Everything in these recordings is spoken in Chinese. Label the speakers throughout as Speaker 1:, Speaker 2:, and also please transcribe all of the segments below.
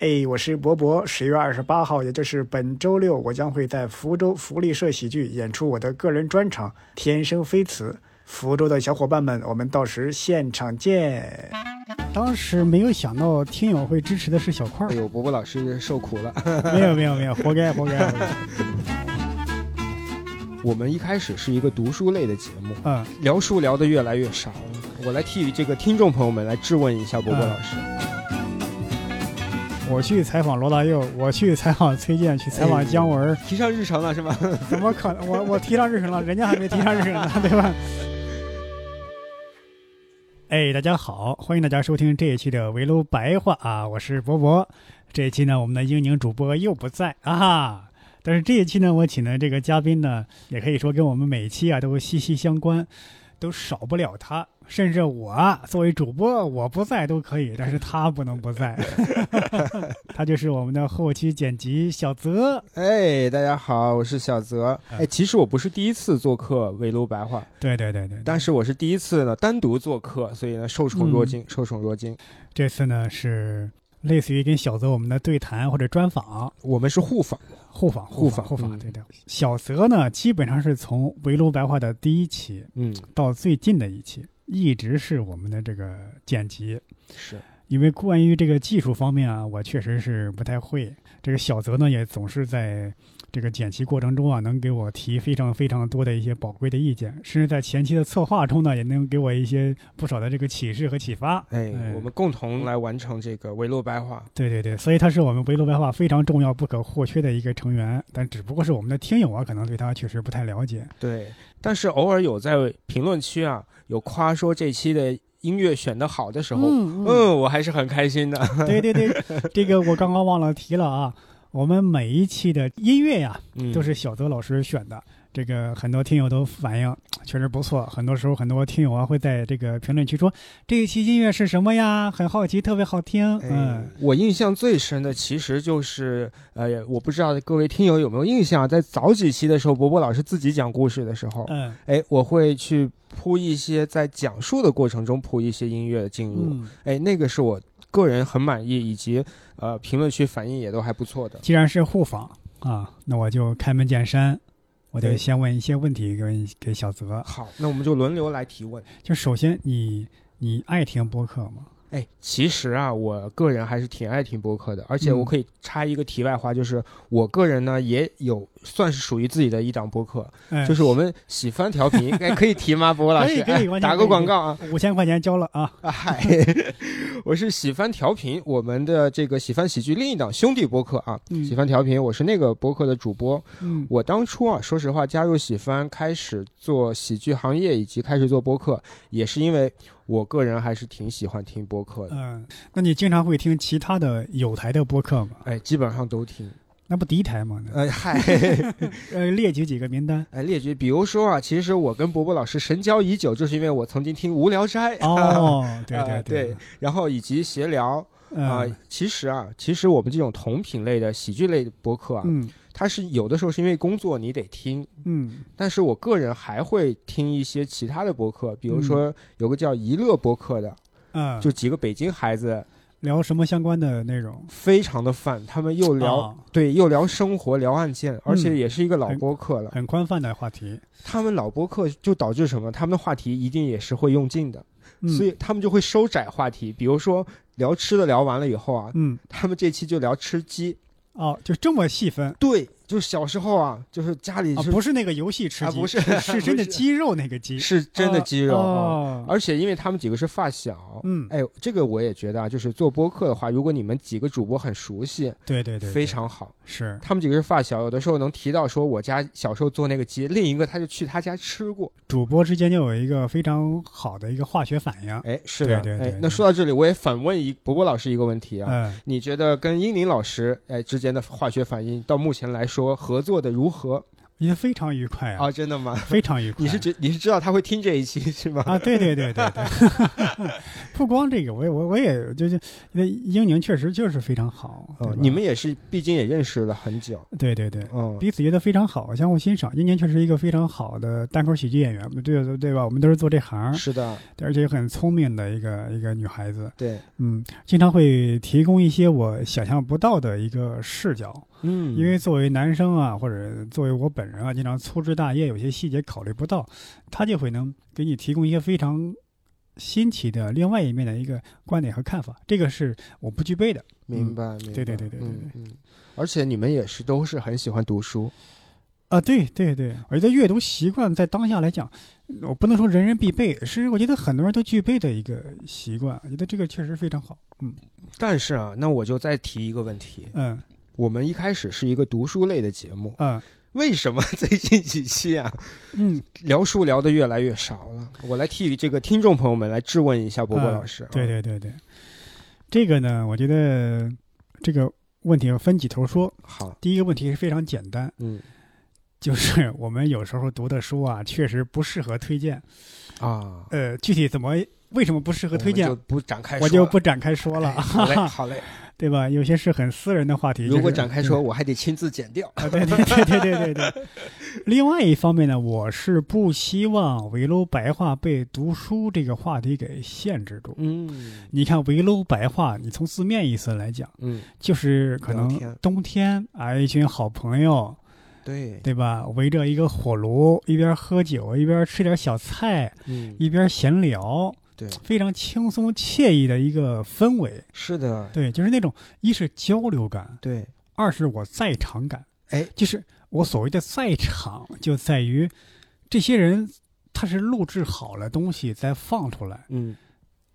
Speaker 1: 哎，我是博博。十月二十八号，也就是本周六，我将会在福州福利社喜剧演出我的个人专场《天生非词》。福州的小伙伴们，我们到时现场见。
Speaker 2: 当时没有想到听友会支持的是小块
Speaker 3: 哎呦，伯伯老师受苦了。
Speaker 2: 儿，没有没有没有，活该活该。活该
Speaker 3: 我们一开始是一个读书类的节目，
Speaker 2: 嗯，
Speaker 3: 聊书聊得越来越少。我来替这个听众朋友们来质问一下伯伯老师，
Speaker 2: 我去采访罗大佑，我去采访崔健，去采访姜文儿，
Speaker 3: 提上日程了是吗？
Speaker 2: 怎么可能？我我提上日程了，人家还没提上日程呢，对吧？哎，大家好，欢迎大家收听这一期的围炉白话啊，我是博博。这一期呢，我们的英宁主播又不在啊哈，但是这一期呢，我请的这个嘉宾呢，也可以说跟我们每期啊都息息相关，都少不了他。甚至我啊作为主播，我不在都可以，但是他不能不在。 他就是我们的后期剪辑小泽。
Speaker 3: 哎，大家好，我是小泽。
Speaker 2: 嗯
Speaker 3: 哎，其实我不是第一次做客围炉白话，
Speaker 2: 对对对对，
Speaker 3: 但是我是第一次呢单独做客，所以呢受宠若惊，受宠若惊。
Speaker 2: 这次呢是类似于跟小泽我们的对谈或者专访。
Speaker 3: 我们是互访，
Speaker 2: 互访，
Speaker 3: 互
Speaker 2: 访，
Speaker 3: 访
Speaker 2: 互访，
Speaker 3: 嗯
Speaker 2: 对的。小泽呢，基本上是从围炉白话的第一期
Speaker 3: 嗯，
Speaker 2: 到最近的一期，一直是我们的这个剪辑。
Speaker 3: 是
Speaker 2: 因为关于这个技术方面啊，我确实是不太会。这个小泽呢，也总是在这个剪辑过程中啊，能给我提非常非常多的一些宝贵的意见，甚至在前期的策划中呢，也能给我一些不少的这个启示和启发。
Speaker 3: 哎，我们共同来完成这个围炉白话。
Speaker 2: 对对对，所以他是我们围炉白话非常重要、不可或缺的一个成员，但只不过是我们的听友啊，可能对他确实不太了解。
Speaker 3: 对，但是偶尔有在评论区啊有夸说这期的音乐选得好的时候，
Speaker 2: 嗯
Speaker 3: 嗯，我还是很开心的。
Speaker 2: 对对对，这个我刚刚忘了提了啊，我们每一期的音乐呀、
Speaker 3: 嗯
Speaker 2: 都是小泽老师选的。这个很多听友都反映确实不错，很多时候很多听友啊会在这个评论区说这一期音乐是什么呀，很好奇，特别好听。嗯
Speaker 3: 嗯，，我印象最深的其实就是，呃，我不知道各位听友有没有印象，在早几期的时候，伯伯老师自己讲故事的时候，
Speaker 2: 嗯
Speaker 3: 哎，我会去铺一些在讲述的过程中铺一些音乐的进入，
Speaker 2: 嗯，
Speaker 3: 哎，那个是我个人很满意，以及呃评论区反应也都还不错的。
Speaker 2: 既然是互访啊，那我就开门见山，我就
Speaker 3: 对
Speaker 2: 先问一些问题给给小泽。
Speaker 3: 好，那我们就轮流来提问。
Speaker 2: 就首先你你爱听播客吗？
Speaker 3: 哎，其实啊，我个人还是挺爱听播客的，而且
Speaker 2: 嗯
Speaker 3: 我可以插一个题外话，就是我个人呢也有算是属于自己的一档播客，
Speaker 2: 哎
Speaker 3: 就是我们喜番 调频，哎，可以提吗，博博老师？
Speaker 2: 可以可以
Speaker 3: 哎
Speaker 2: 完全
Speaker 3: 打
Speaker 2: 可
Speaker 3: 个
Speaker 2: 以
Speaker 3: 广告啊！
Speaker 2: 五千块钱交了啊，
Speaker 3: 啊嗨， 我是喜番调频，我们的这个喜番喜剧另一档兄弟播客啊，
Speaker 2: 嗯
Speaker 3: 喜番调频，我是那个播客的主播。
Speaker 2: 嗯
Speaker 3: 我当初啊，说实话，加入喜番开始做喜剧行业以及开始做播客，也是因为我个人还是挺喜欢听播客的，
Speaker 2: 嗯，那你经常会听其他的有台的播客吗？
Speaker 3: 哎，基本上都听。
Speaker 2: 那不第一台吗？
Speaker 3: 哎嗨，
Speaker 2: 呃，列举几个名单。
Speaker 3: 哎，列举，比如说啊，其实我跟伯伯老师神交已久，就是因为我曾经听《无聊斋》
Speaker 2: 哦，对
Speaker 3: 啊
Speaker 2: 对
Speaker 3: 对，然后以及闲聊啊、
Speaker 2: 嗯
Speaker 3: 其实啊，其实我们这种同品类的喜剧类的播客啊，
Speaker 2: 嗯
Speaker 3: 它是有的时候是因为工作你得听，
Speaker 2: 嗯
Speaker 3: 但是我个人还会听一些其他的播客，比如说有个叫娱乐播客的，
Speaker 2: 嗯，
Speaker 3: 就几个北京孩子
Speaker 2: 聊什么相关的内容？
Speaker 3: 非常的泛，他们又聊、
Speaker 2: 啊
Speaker 3: 对又聊生活聊案件，而且也是一个老
Speaker 2: 嗯很
Speaker 3: 播客了。
Speaker 2: 很宽泛的话题，
Speaker 3: 他们老播客就导致什么？他们的话题一定也是会用尽的。
Speaker 2: 嗯
Speaker 3: 所以他们就会收窄话题，比如说聊吃的聊完了以后啊，
Speaker 2: 嗯
Speaker 3: 他们这期就聊吃鸡。
Speaker 2: 哦，就这么细分
Speaker 3: 对，就是小时候啊，就是家里
Speaker 2: 啊，
Speaker 3: 是、
Speaker 2: 不是那个游戏吃
Speaker 3: 啊
Speaker 2: 鸡，
Speaker 3: 不是
Speaker 2: 是真的
Speaker 3: 不是
Speaker 2: 鸡肉那个鸡，
Speaker 3: 是真的鸡肉、啊，
Speaker 2: 哦，
Speaker 3: 而且因为他们几个是发小。
Speaker 2: 嗯，
Speaker 3: 哎，这个我也觉得啊，就是做播客的话，如果你们几个主播很熟悉，
Speaker 2: 对对对，对
Speaker 3: 非常好。
Speaker 2: 是
Speaker 3: 他们几个是发小，有的时候能提到说我家小时候做那个鸡，另一个他就去他家吃过。
Speaker 2: 主播之间就有一个非常好的一个化学反应，
Speaker 3: 哎，是的，
Speaker 2: 对对对
Speaker 3: 哎
Speaker 2: 对，
Speaker 3: 那说到这里，我也反问一伯伯老师一个问题啊，
Speaker 2: 嗯，
Speaker 3: 你觉得跟英林老师哎之间的化学反应，到目前来说合作的如何？
Speaker 2: 也非常愉快啊，
Speaker 3: 哦，真 的吗？
Speaker 2: 非常愉快。
Speaker 3: 你是觉你是知道他会听这一期 是吗？
Speaker 2: 啊，对对对对对， 不光这个，我也我我也就是，那英宁确实就是非常好，对
Speaker 3: 哦
Speaker 2: 吧
Speaker 3: 你们也是，毕竟也认识了很久。
Speaker 2: 对对对，
Speaker 3: 嗯，
Speaker 2: 彼此觉得非常好，相互欣赏。英宁确实是一个非常好的单口喜剧演员，对对对吧？我们都是做这行，
Speaker 3: 是的，
Speaker 2: 而且很聪明的一个一个女孩子，
Speaker 3: 对，
Speaker 2: 嗯，经常会提供一些我想象不到的一个视角，
Speaker 3: 嗯
Speaker 2: 因为作为男生啊，或者作为我本人啊，经常粗枝大叶，有些细节考虑不到，他就会能给你提供一些非常新奇的另外一面的一个观点和看法，这个是我不具备的。
Speaker 3: 明白，明白
Speaker 2: 对对对对对对
Speaker 3: 嗯嗯。而且你们也是都是很喜欢读书，
Speaker 2: 啊，对对对，我觉得阅读习惯在当下来讲，我不能说人人必备，是我觉得很多人都具备的一个习惯，我觉得这个确实非常好。嗯
Speaker 3: 但是啊，那我就再提一个问题：
Speaker 2: 嗯
Speaker 3: 我们一开始是一个读书类的节目，
Speaker 2: 嗯
Speaker 3: 为什么 最近几期啊
Speaker 2: 嗯，
Speaker 3: 聊书聊的越来越少了？我来替这个听众朋友们来质问一下伯伯
Speaker 2: 嗯
Speaker 3: 老师、啊
Speaker 2: 对对对对，这个呢，我觉得这个问题要分几头说。
Speaker 3: 好，
Speaker 2: 第一个问题是非常简单，
Speaker 3: 嗯
Speaker 2: 就是我们有时候读的书啊， 确实不适合推荐。
Speaker 3: 啊，
Speaker 2: 呃，具体怎么为什么不适合推荐
Speaker 3: 我，们就不展开说了，
Speaker 2: 我就不展开说了，
Speaker 3: 哎好嘞，好嘞。
Speaker 2: 对吧？有些是很私人的话题。
Speaker 3: 如果
Speaker 2: 就是嗯
Speaker 3: 展开说，我还得亲自剪掉。
Speaker 2: 啊， 对对对对对对对。另外一方面呢，我是不希望围楼白话被读书这个话题给限制住。
Speaker 3: 嗯
Speaker 2: 你看围楼白话，你从字面意思来讲，
Speaker 3: 嗯，
Speaker 2: 就是可
Speaker 3: 聊
Speaker 2: 能
Speaker 3: 天
Speaker 2: 冬天啊，一群好朋友，
Speaker 3: 对，
Speaker 2: 对吧？围着一个火炉，一边喝酒，一边吃点小菜，
Speaker 3: 嗯，
Speaker 2: 一边闲聊，
Speaker 3: 对
Speaker 2: 非常轻松惬意的一个氛围。
Speaker 3: 是的，
Speaker 2: 对，就是那种一是交流感，
Speaker 3: 对，
Speaker 2: 二是我在场感。
Speaker 3: 哎，
Speaker 2: 就是我所谓的在场，就在于这些人他是录制好了东西再放出来，
Speaker 3: 嗯，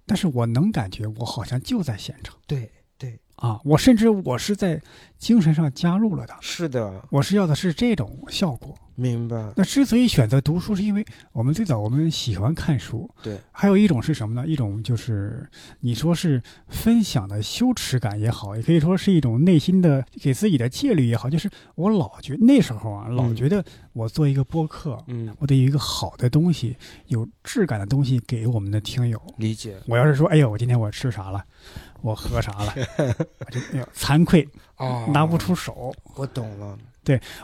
Speaker 2: 但是我能感觉我好像就在现场
Speaker 3: 对对，
Speaker 2: 啊！我甚至我是在精神上加入了他，
Speaker 3: 是的，
Speaker 2: 我是要的是这种效果。
Speaker 3: 明白。
Speaker 2: 那之所以选择读书，是因为我们最早我们喜欢看书，
Speaker 3: 对。
Speaker 2: 还有一种是什么呢？一种就是你说是分享的羞耻感也好，也可以说是一种内心的给自己的戒律也好。就是我老觉那时候啊，老觉得我做一个播客，
Speaker 3: 嗯，
Speaker 2: 我得有一个好的东西，有质感的东西给我们的听友。
Speaker 3: 理解。
Speaker 2: 我要是说，哎呦，我今天我吃啥了，我喝啥 了，我就哎呦惭愧
Speaker 3: 哦
Speaker 2: 拿不，出手。
Speaker 3: 我懂了。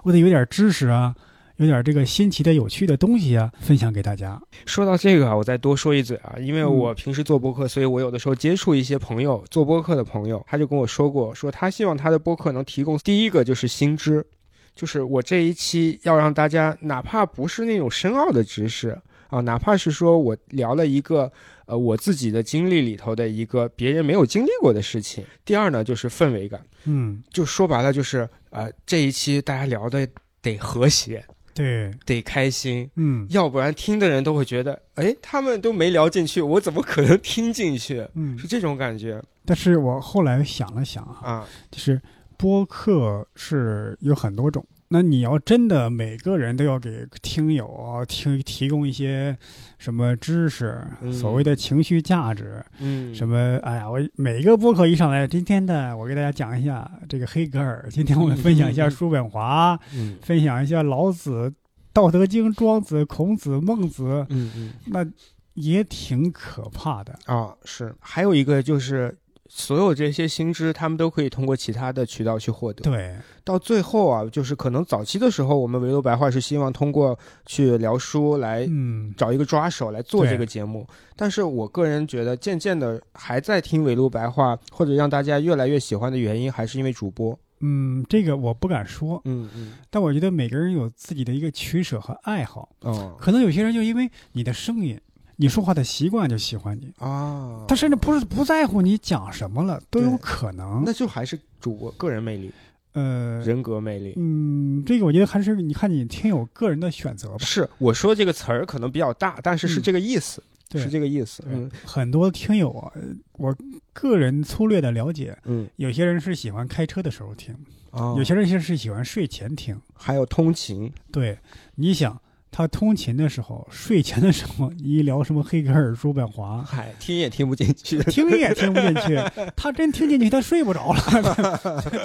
Speaker 2: 我得有点知识啊，有点这个新奇的、有趣的东西啊，分享给大家。
Speaker 3: 说到这个啊，我再多说一嘴啊，因为
Speaker 2: 嗯
Speaker 3: 我平时做播客，所以我有的时候接触一些朋友做播客的朋友，他就跟我说过，说他希望他的播客能提供第一个就是新知，就是我这一期要让大家哪怕不是那种深奥的知识啊，哪怕是说我聊了一个呃我自己的经历里头的一个别人没有经历过的事情。第二呢，就是氛围感，
Speaker 2: 嗯，
Speaker 3: 就说白了就是呃这一期大家聊的得和谐，
Speaker 2: 对，
Speaker 3: 得开心，
Speaker 2: 嗯
Speaker 3: 要不然听的人都会觉得，哎，他们都没聊进去，我怎么可能听进去？
Speaker 2: 嗯
Speaker 3: 是。这种感觉
Speaker 2: 但是我后来想了想啊，
Speaker 3: 啊，
Speaker 2: 就是播客是有很多种。那你要真的每个人都要给听友啊提提供一些什么知识，
Speaker 3: 嗯
Speaker 2: 所谓的情绪价值，
Speaker 3: 嗯
Speaker 2: 什
Speaker 3: 么
Speaker 2: 么？哎呀，我每个播客一上来，今天的我给大家讲一下这个黑格尔，今天我们分享一 下叔本华，
Speaker 3: 嗯
Speaker 2: 分享一下老子、《道德经》、庄子、孔子、孟子，
Speaker 3: 嗯嗯
Speaker 2: 那也挺可怕的。
Speaker 3: 啊，是。还有一个就是，所有这些新知，他们都可以通过其他的渠道去获得。
Speaker 2: 对，
Speaker 3: 到最后啊，就是可能早期的时候，我们围炉白话是希望通过去聊书来
Speaker 2: 嗯，
Speaker 3: 找一个抓手来做
Speaker 2: 对
Speaker 3: 这个节目。但是我个人觉得，渐渐的还在听围炉白话，或者让大家越来越喜欢的原因，还是因为主播。
Speaker 2: 嗯，这个我不敢说，
Speaker 3: 嗯嗯。
Speaker 2: 但我觉得每个人有自己的一个取舍和爱好。
Speaker 3: 哦
Speaker 2: 可能有些人就因为你的声音、你说话的习惯就喜欢你，
Speaker 3: 啊，
Speaker 2: 他甚至不是不在乎你讲什么了，都有
Speaker 3: 对
Speaker 2: 可能
Speaker 3: 那。就还是主播个人魅力、
Speaker 2: 呃，
Speaker 3: 人格魅力。
Speaker 2: 嗯，这个我觉得还是你看你听友个人的选择吧。
Speaker 3: 是我说这个词儿可能比较大，但是是
Speaker 2: 嗯
Speaker 3: 这个意思，
Speaker 2: 对
Speaker 3: 是这个意思。
Speaker 2: 对
Speaker 3: 嗯
Speaker 2: 很多听友啊，呃我个人粗略的了解，
Speaker 3: 嗯，
Speaker 2: 有些人是喜欢开车的时候听，
Speaker 3: 哦
Speaker 2: 有些人是喜欢睡前听。
Speaker 3: 还有通勤，
Speaker 2: 对，你想他通勤的时候、睡前的时候，一聊什么黑格尔、叔本华，
Speaker 3: 嗨，哎听也听不进 去。
Speaker 2: 听也听不进去，他真听进去，他睡不着 了，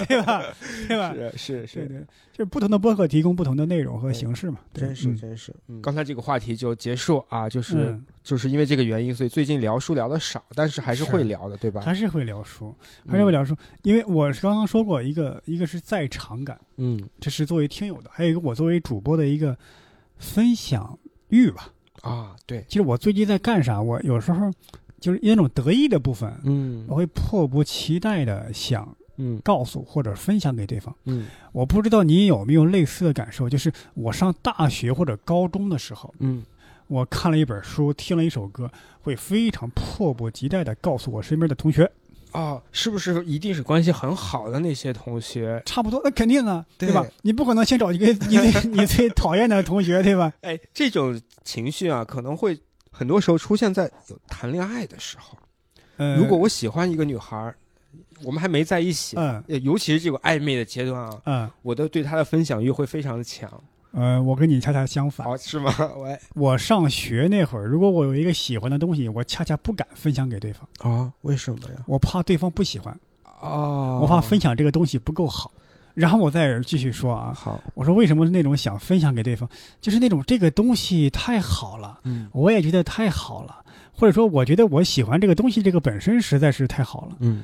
Speaker 2: 对吧？对吧？
Speaker 3: 是是
Speaker 2: 对
Speaker 3: 是，
Speaker 2: 对，就是不同的播客提供不同的内容和形式嘛。对
Speaker 3: 真是
Speaker 2: 嗯
Speaker 3: 真是。嗯刚才这个话题就结束啊，就是
Speaker 2: 嗯，
Speaker 3: 就是因为这个原因，所以最近聊书聊的少，但是还是
Speaker 2: 是
Speaker 3: 会聊的，对吧？嗯
Speaker 2: 还是会聊书，还是会聊书，因为我是刚刚说过一个，一个是在场感，
Speaker 3: 嗯
Speaker 2: 这是作为听友的，还有一个我作为主播的一个分享欲吧。
Speaker 3: 啊，对，
Speaker 2: 其实我最近在干啥，我有时候就是那种得意的部分，
Speaker 3: 嗯
Speaker 2: 我会迫不及待的想
Speaker 3: 嗯
Speaker 2: 告诉或者分享给对方。
Speaker 3: 嗯
Speaker 2: 我不知道你有没有类似的感受，就是我上大学或者高中的时候，
Speaker 3: 嗯
Speaker 2: 我看了一本书，听了一首歌，会非常迫不及待的告诉我身边的同学。
Speaker 3: 哦，是不是一定是关系很好的那些同学？
Speaker 2: 差不多，那肯定啊，
Speaker 3: 对
Speaker 2: 对吧？你不可能先找一个 你 最你最讨厌的同学，对吧？
Speaker 3: 哎，这种情绪啊，可能会很多时候出现在有谈恋爱的时候。
Speaker 2: 呃，
Speaker 3: 如果我喜欢一个女孩儿，我们还没在一起，
Speaker 2: 嗯
Speaker 3: 呃尤其是这个暧昧的阶段啊，
Speaker 2: 嗯
Speaker 3: 我的对她的分享欲会非常的强。
Speaker 2: 呃，我跟你恰恰相反，
Speaker 3: 哦，是吗？ 喂，
Speaker 2: 我上学那会儿，如果我有一个喜欢的东西，我恰恰不敢分享给对方，
Speaker 3: 啊，为什么呀？
Speaker 2: 我怕对方不喜欢，
Speaker 3: 哦，
Speaker 2: 我怕分享这个东西不够好。然后我再继续说啊，
Speaker 3: 好，
Speaker 2: 我说为什么那种想分享给对方，就是那种这个东西太好了，
Speaker 3: 嗯
Speaker 2: 我也觉得太好了，或者说我觉得我喜欢这个东西，这个本身实在是太好了。
Speaker 3: 嗯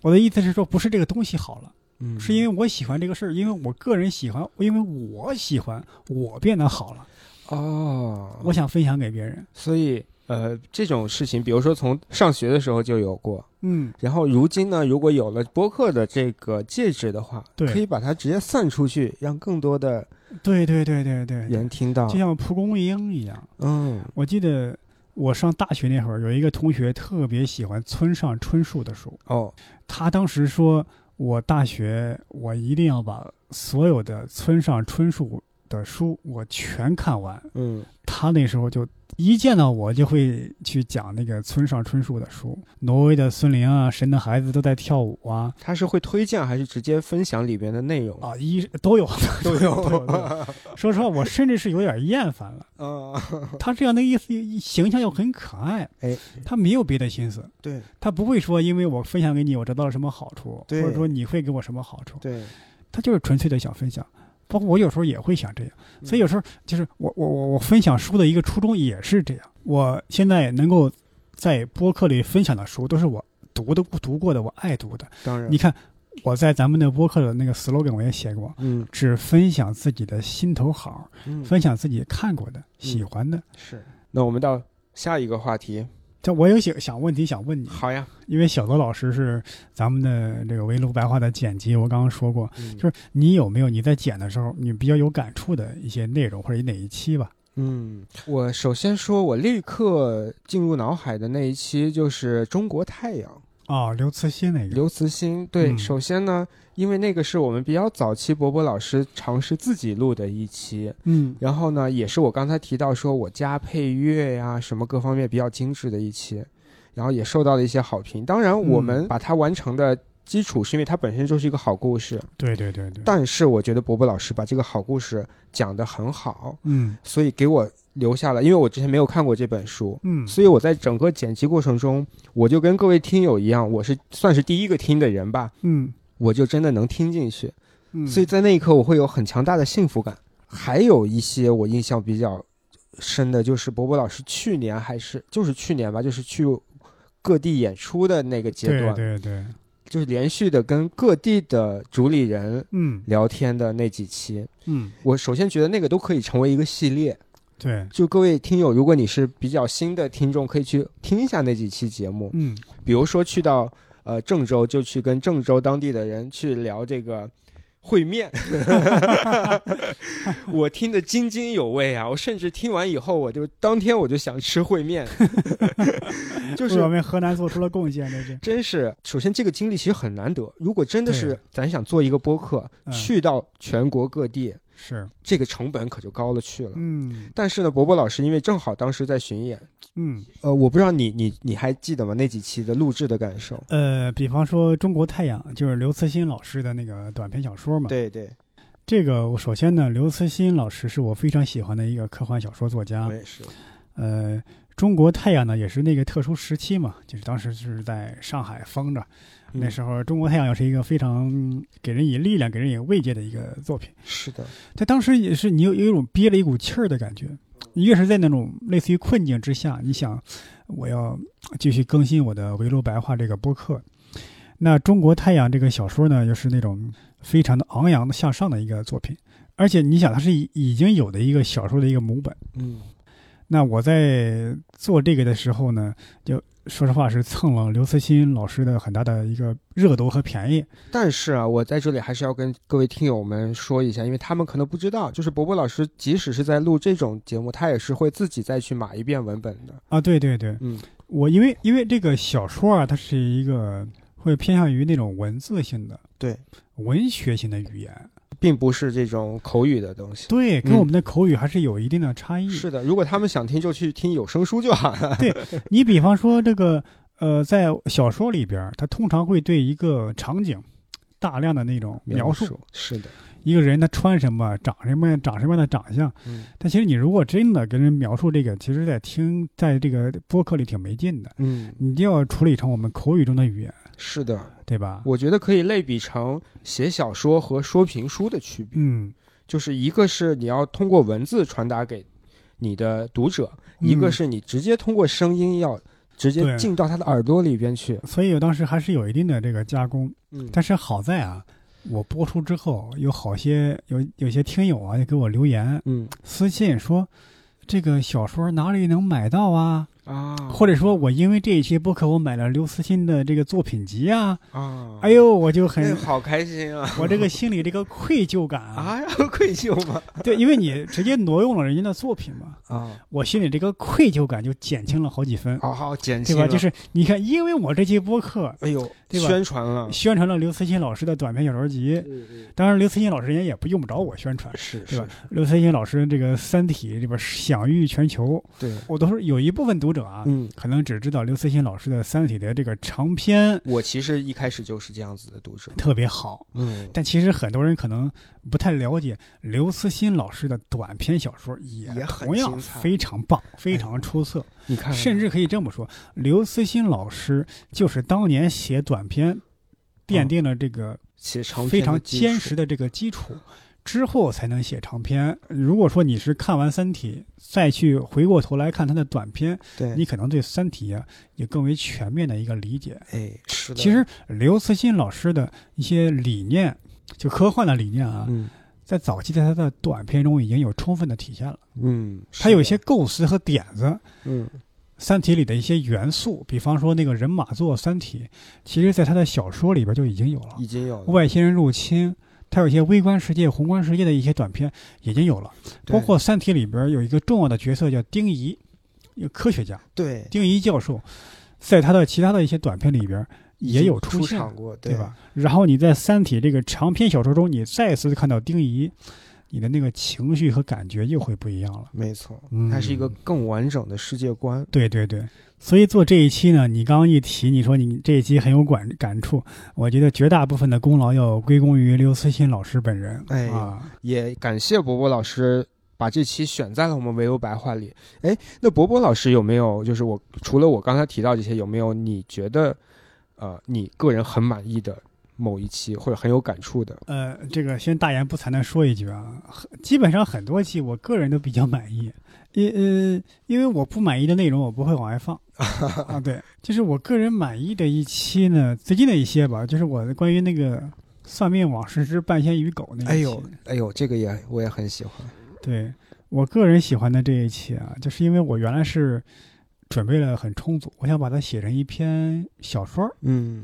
Speaker 2: 我的意思是说，不是这个东西好了，
Speaker 3: 嗯，
Speaker 2: 是因为我喜欢这个事儿，因为我个人喜欢，因为我喜欢，我变得好了，
Speaker 3: 哦，
Speaker 2: 我想分享给别人。
Speaker 3: 所以呃，这种事情，比如说从上学的时候就有过，
Speaker 2: 嗯，
Speaker 3: 然后如今呢，如果有了播客的这个介质的话，
Speaker 2: 对
Speaker 3: 可以把它直接散出去，让更多的
Speaker 2: 对对对对对，
Speaker 3: 人听到
Speaker 2: 就。像蒲公英一样。
Speaker 3: 嗯，
Speaker 2: 我记得我上大学那会儿，有一个同学特别喜欢村上春树的书，
Speaker 3: 哦，
Speaker 2: 他当时说，我大学我一定要把所有的村上春树的书我全看完。
Speaker 3: 嗯，
Speaker 2: 他那时候就一见到我就会去讲那个村上春树的书，《挪威的森林》啊，《神的孩子》都在跳舞啊，
Speaker 3: 他是会推荐还是直接分享里边的内容？
Speaker 2: 啊，一都有
Speaker 3: 都有
Speaker 2: 都有都有。 说实话，我甚至是有点厌烦了。
Speaker 3: 啊，
Speaker 2: 他这样的意思，形象又很可爱，
Speaker 3: 哎，
Speaker 2: 他没有别的心思，
Speaker 3: 对
Speaker 2: 他不会说因为我分享给你，我得到了什么好处，或
Speaker 3: 对
Speaker 2: 者说你会给我什么好处。
Speaker 3: 对，
Speaker 2: 他就是纯粹的想分享。包括我有时候也会想这样，
Speaker 3: 嗯
Speaker 2: 所以有时候就是我我我我分享书的一个初衷也是这样。我现在能够在播客里分享的书，都是我读的读过的，我爱读的。
Speaker 3: 当然
Speaker 2: 你，看，我在咱们的播客的那个 slogan 我也写过，
Speaker 3: 嗯
Speaker 2: 只分享自己的心头好，
Speaker 3: 嗯，
Speaker 2: 分享自己看过的、喜欢的。
Speaker 3: 是。那我们到下一个话题，
Speaker 2: 但我有想想问题想问你，
Speaker 3: 好呀，
Speaker 2: 因为小泽老师是咱们的这个围炉白话的剪辑，我刚刚说过，
Speaker 3: 嗯
Speaker 2: 就是你有没有你在剪的时候你比较有感触的一些内容或者哪一期吧？
Speaker 3: 嗯，我首先说，我立刻进入脑海的那一期就是《中国太阳》，
Speaker 2: 哦，刘慈欣那个，
Speaker 3: 啊刘慈欣。对，
Speaker 2: 嗯
Speaker 3: 首先呢，因为那个是我们比较早期博博老师尝试自己录的一期，啊
Speaker 2: 嗯
Speaker 3: 然后呢，也是我刚才提到说我加配乐呀、什么各方面比较精致的一期，然后也受到了一些好评。当然，我
Speaker 2: 嗯
Speaker 3: 们把它完成的基础是因为它本身就是一个好故事，
Speaker 2: 对对对对，
Speaker 3: 但是我觉得博博老师把这个好故事讲得很好，
Speaker 2: 嗯
Speaker 3: 所以给我留下了，因为我之前没有看过这本书，
Speaker 2: 嗯，
Speaker 3: 所以我在整个剪辑过程中，我就跟各位听友一样，我是算是第一个听的人吧，
Speaker 2: 嗯
Speaker 3: 我就真的能听进去，
Speaker 2: 嗯，
Speaker 3: 所以在那一刻我会有很强大的幸福感。还有一些我印象比较深的，就是博博老师去年还是就是去年吧，就是去各地演出的那个阶
Speaker 2: 对
Speaker 3: 段，
Speaker 2: 对对，
Speaker 3: 就是连续的跟各地的主理人
Speaker 2: 嗯
Speaker 3: 聊天的那几期，
Speaker 2: 嗯
Speaker 3: 我首先觉得那个都可以成为一个系列，
Speaker 2: 对，
Speaker 3: 就各位听友，如果你是比较新的听众，可以去听一下那几期节目。
Speaker 2: 嗯
Speaker 3: 比如说去到呃郑州，就去跟郑州当地的人去聊这个烩面， 我听得津津有味啊！我甚至听完以后，我就当天我就想吃烩面， 就
Speaker 2: 为我
Speaker 3: 是。
Speaker 2: 们河南做出了贡献，这是
Speaker 3: 真是，首先这个经历其实很难得。如果真的是
Speaker 2: 对
Speaker 3: 咱想做一个播客，
Speaker 2: 嗯
Speaker 3: 去到全国各地，
Speaker 2: 是，
Speaker 3: 这个成本可就高了去了。
Speaker 2: 嗯
Speaker 3: 但是呢，伯伯老师因为正好当时在巡演，
Speaker 2: 嗯
Speaker 3: 呃，我不知道你你你还记得吗？那几期的录制的感受？
Speaker 2: 呃，比方说《中国太阳》就是刘慈欣老师的那个短篇小说嘛，
Speaker 3: 对对，
Speaker 2: 这个我首先呢，刘慈欣老师是我非常喜欢的一个科幻小说作家
Speaker 3: 我。也是，
Speaker 2: 呃，中国太阳呢也是那个特殊时期嘛，就是当时是在上海封着，
Speaker 3: 嗯
Speaker 2: 那时候中国太阳又是一个非常给人以力量、给人以慰藉的一个作品。
Speaker 3: 是的，
Speaker 2: 在当时也是你有有一种憋了一股气儿的感觉，你越是在那种类似于困境之下，你想我要继续更新我的《围炉白话》这个播客。那《中国太阳》这个小说呢，又是那种非常的昂扬的向上的一个作品，而且你想，它是已已经有的一个小说的一个母本。
Speaker 3: 嗯，
Speaker 2: 那我在做这个的时候呢，就说实话是蹭了刘慈欣老师的很大的一个热度和便宜。
Speaker 3: 但是啊，我在这里还是要跟各位听友们说一下，因为他们可能不知道，就是伯伯老师即使是在录这种节目，他也是会自己再去码一遍文本的。
Speaker 2: 啊，对对对，
Speaker 3: 嗯，
Speaker 2: 我因为因为这个小说啊，它是一个会偏向于那种文字性的、
Speaker 3: 对，
Speaker 2: 文学性的语言，
Speaker 3: 并不是这种口语的东西。
Speaker 2: 对，跟
Speaker 3: 嗯
Speaker 2: 我们的口语还是有一定的差异。
Speaker 3: 是的，如果他们想听就去听有声书就好了。
Speaker 2: 你比方说这个，呃，在小说里边儿，它通常会对一个场景大量的那种描述，
Speaker 3: 是的，
Speaker 2: 一个人他穿什么、长什么、长什么样的长相。
Speaker 3: 嗯
Speaker 2: 但其实你如果真的跟人描述这个，其实在听在这个播客里挺没劲的。
Speaker 3: 嗯，
Speaker 2: 你一定要处理成我们口语中的语言，
Speaker 3: 是的，
Speaker 2: 对吧？
Speaker 3: 我觉得可以类比成写小说和说评书的区别，
Speaker 2: 嗯，
Speaker 3: 就是一个是你要通过文字传达给你的读者，一个
Speaker 2: 嗯
Speaker 3: 是你直接通过声音要直接
Speaker 2: 对
Speaker 3: 进到他的耳朵里边去。
Speaker 2: 所以我当时还是有一定的这个加工，
Speaker 3: 嗯，
Speaker 2: 但是好在啊，我播出之后有好些有有些听友啊就给我留言
Speaker 3: 嗯
Speaker 2: 私信说，这个小说哪里能买到啊？
Speaker 3: 啊，
Speaker 2: 或者说我因为这一期播客我买了刘慈欣的这个作品集啊，
Speaker 3: 啊，
Speaker 2: 哎，呦我就
Speaker 3: 那
Speaker 2: 很
Speaker 3: 好开心啊！
Speaker 2: 我这个心里这个愧疚感啊，
Speaker 3: 啊，愧疚 吗？
Speaker 2: 对，因为你直接挪用了人家的作品嘛，
Speaker 3: 啊，
Speaker 2: 我心里这个愧疚感就减轻了好几分，
Speaker 3: 好好啊减
Speaker 2: 对
Speaker 3: 轻
Speaker 2: 吧？
Speaker 3: 了，
Speaker 2: 就是你看，因为我这期播客
Speaker 3: 哎呦，
Speaker 2: 对吧
Speaker 3: 宣传啊了，
Speaker 2: 宣传了刘慈欣老师的短篇小说集，当然刘慈欣老师人家也不用不着我宣 传。
Speaker 3: 嗯是
Speaker 2: 对
Speaker 3: 是
Speaker 2: 吧，？刘慈欣老师这个《三体》里边享誉全球，
Speaker 3: 对，
Speaker 2: 我都是有一部分读者啊，
Speaker 3: 嗯。
Speaker 2: 可能只知道刘慈欣老师的《三体》的这个长篇
Speaker 3: 我其实一开始就是这样子的读者，
Speaker 2: 特别好，
Speaker 3: 嗯，
Speaker 2: 但其实很多人可能不太了解刘慈欣老师的短篇小说也
Speaker 3: 也很
Speaker 2: 同样
Speaker 3: 精彩哎
Speaker 2: 非常棒，非常出色。
Speaker 3: 你看看，
Speaker 2: 甚至可以这么说，刘慈欣老师就是当年写短篇，
Speaker 3: 嗯
Speaker 2: 奠定了这个
Speaker 3: 写长
Speaker 2: 非
Speaker 3: 篇的
Speaker 2: 常
Speaker 3: 基
Speaker 2: 坚
Speaker 3: 础
Speaker 2: 实的这个基础，之后才能写长篇。如果说你是看完《三体》再去回过头来看他的短篇，
Speaker 3: 对，
Speaker 2: 你可能对《三体、啊》有更为全面的一个理解。
Speaker 3: 哎，是的，
Speaker 2: 其实刘慈欣老师的一些理念，就科幻的理念啊，
Speaker 3: 嗯
Speaker 2: 在早期在他的短篇中已经有充分的体现了。
Speaker 3: 嗯，
Speaker 2: 他有一些构思和点子，
Speaker 3: 嗯
Speaker 2: 《三体》里的一些元素，比方说那个人马座三体，其实在他的小说里边就已经有了
Speaker 3: 已经有了，
Speaker 2: 外星人入侵，他有一些微观世界、宏观世界的一些短片已经有了，
Speaker 3: 对
Speaker 2: 包括《三体》里边有一个重要的角色叫丁仪，一个科学家
Speaker 3: 对
Speaker 2: 丁仪教授，在他的其他的一些短片里边
Speaker 3: 已
Speaker 2: 也
Speaker 3: 经
Speaker 2: 有
Speaker 3: 出
Speaker 2: 现，
Speaker 3: 场过，
Speaker 2: 对吧？？然后你在《三体》这个长篇小说中，你再次看到丁仪，你的那个情绪和感觉又会不一样了。
Speaker 3: 没错，
Speaker 2: 嗯
Speaker 3: 它是一个更完整的世界观。
Speaker 2: 对对对，所以做这一期呢，你刚刚一提，你说你这一期很有感感触，我觉得绝大部分的功劳要归功于刘慈欣老师本人。
Speaker 3: 哎
Speaker 2: 啊，
Speaker 3: 也感谢伯伯老师把这期选在了我们唯有白话里。哎，那伯伯老师有没有就是我除了我刚才提到这些，有没有你觉得呃你个人很满意的某一期或者很有感触的？
Speaker 2: 呃，这个先大言不惭的说一句啊，很基本上很多期我个人都比较满意，因呃，因为我不满意的内容我不会往外 放啊。对，就是我个人满意的一期呢，最近的一些吧，就是我的关于那个算命往事之半仙与狗那一期。
Speaker 3: 哎呦，哎呦，这个也我也很喜欢。
Speaker 2: 对我个人喜欢的这一期啊，就是因为我原来是准备了很充足，我想把它写成一篇小说儿，
Speaker 3: 嗯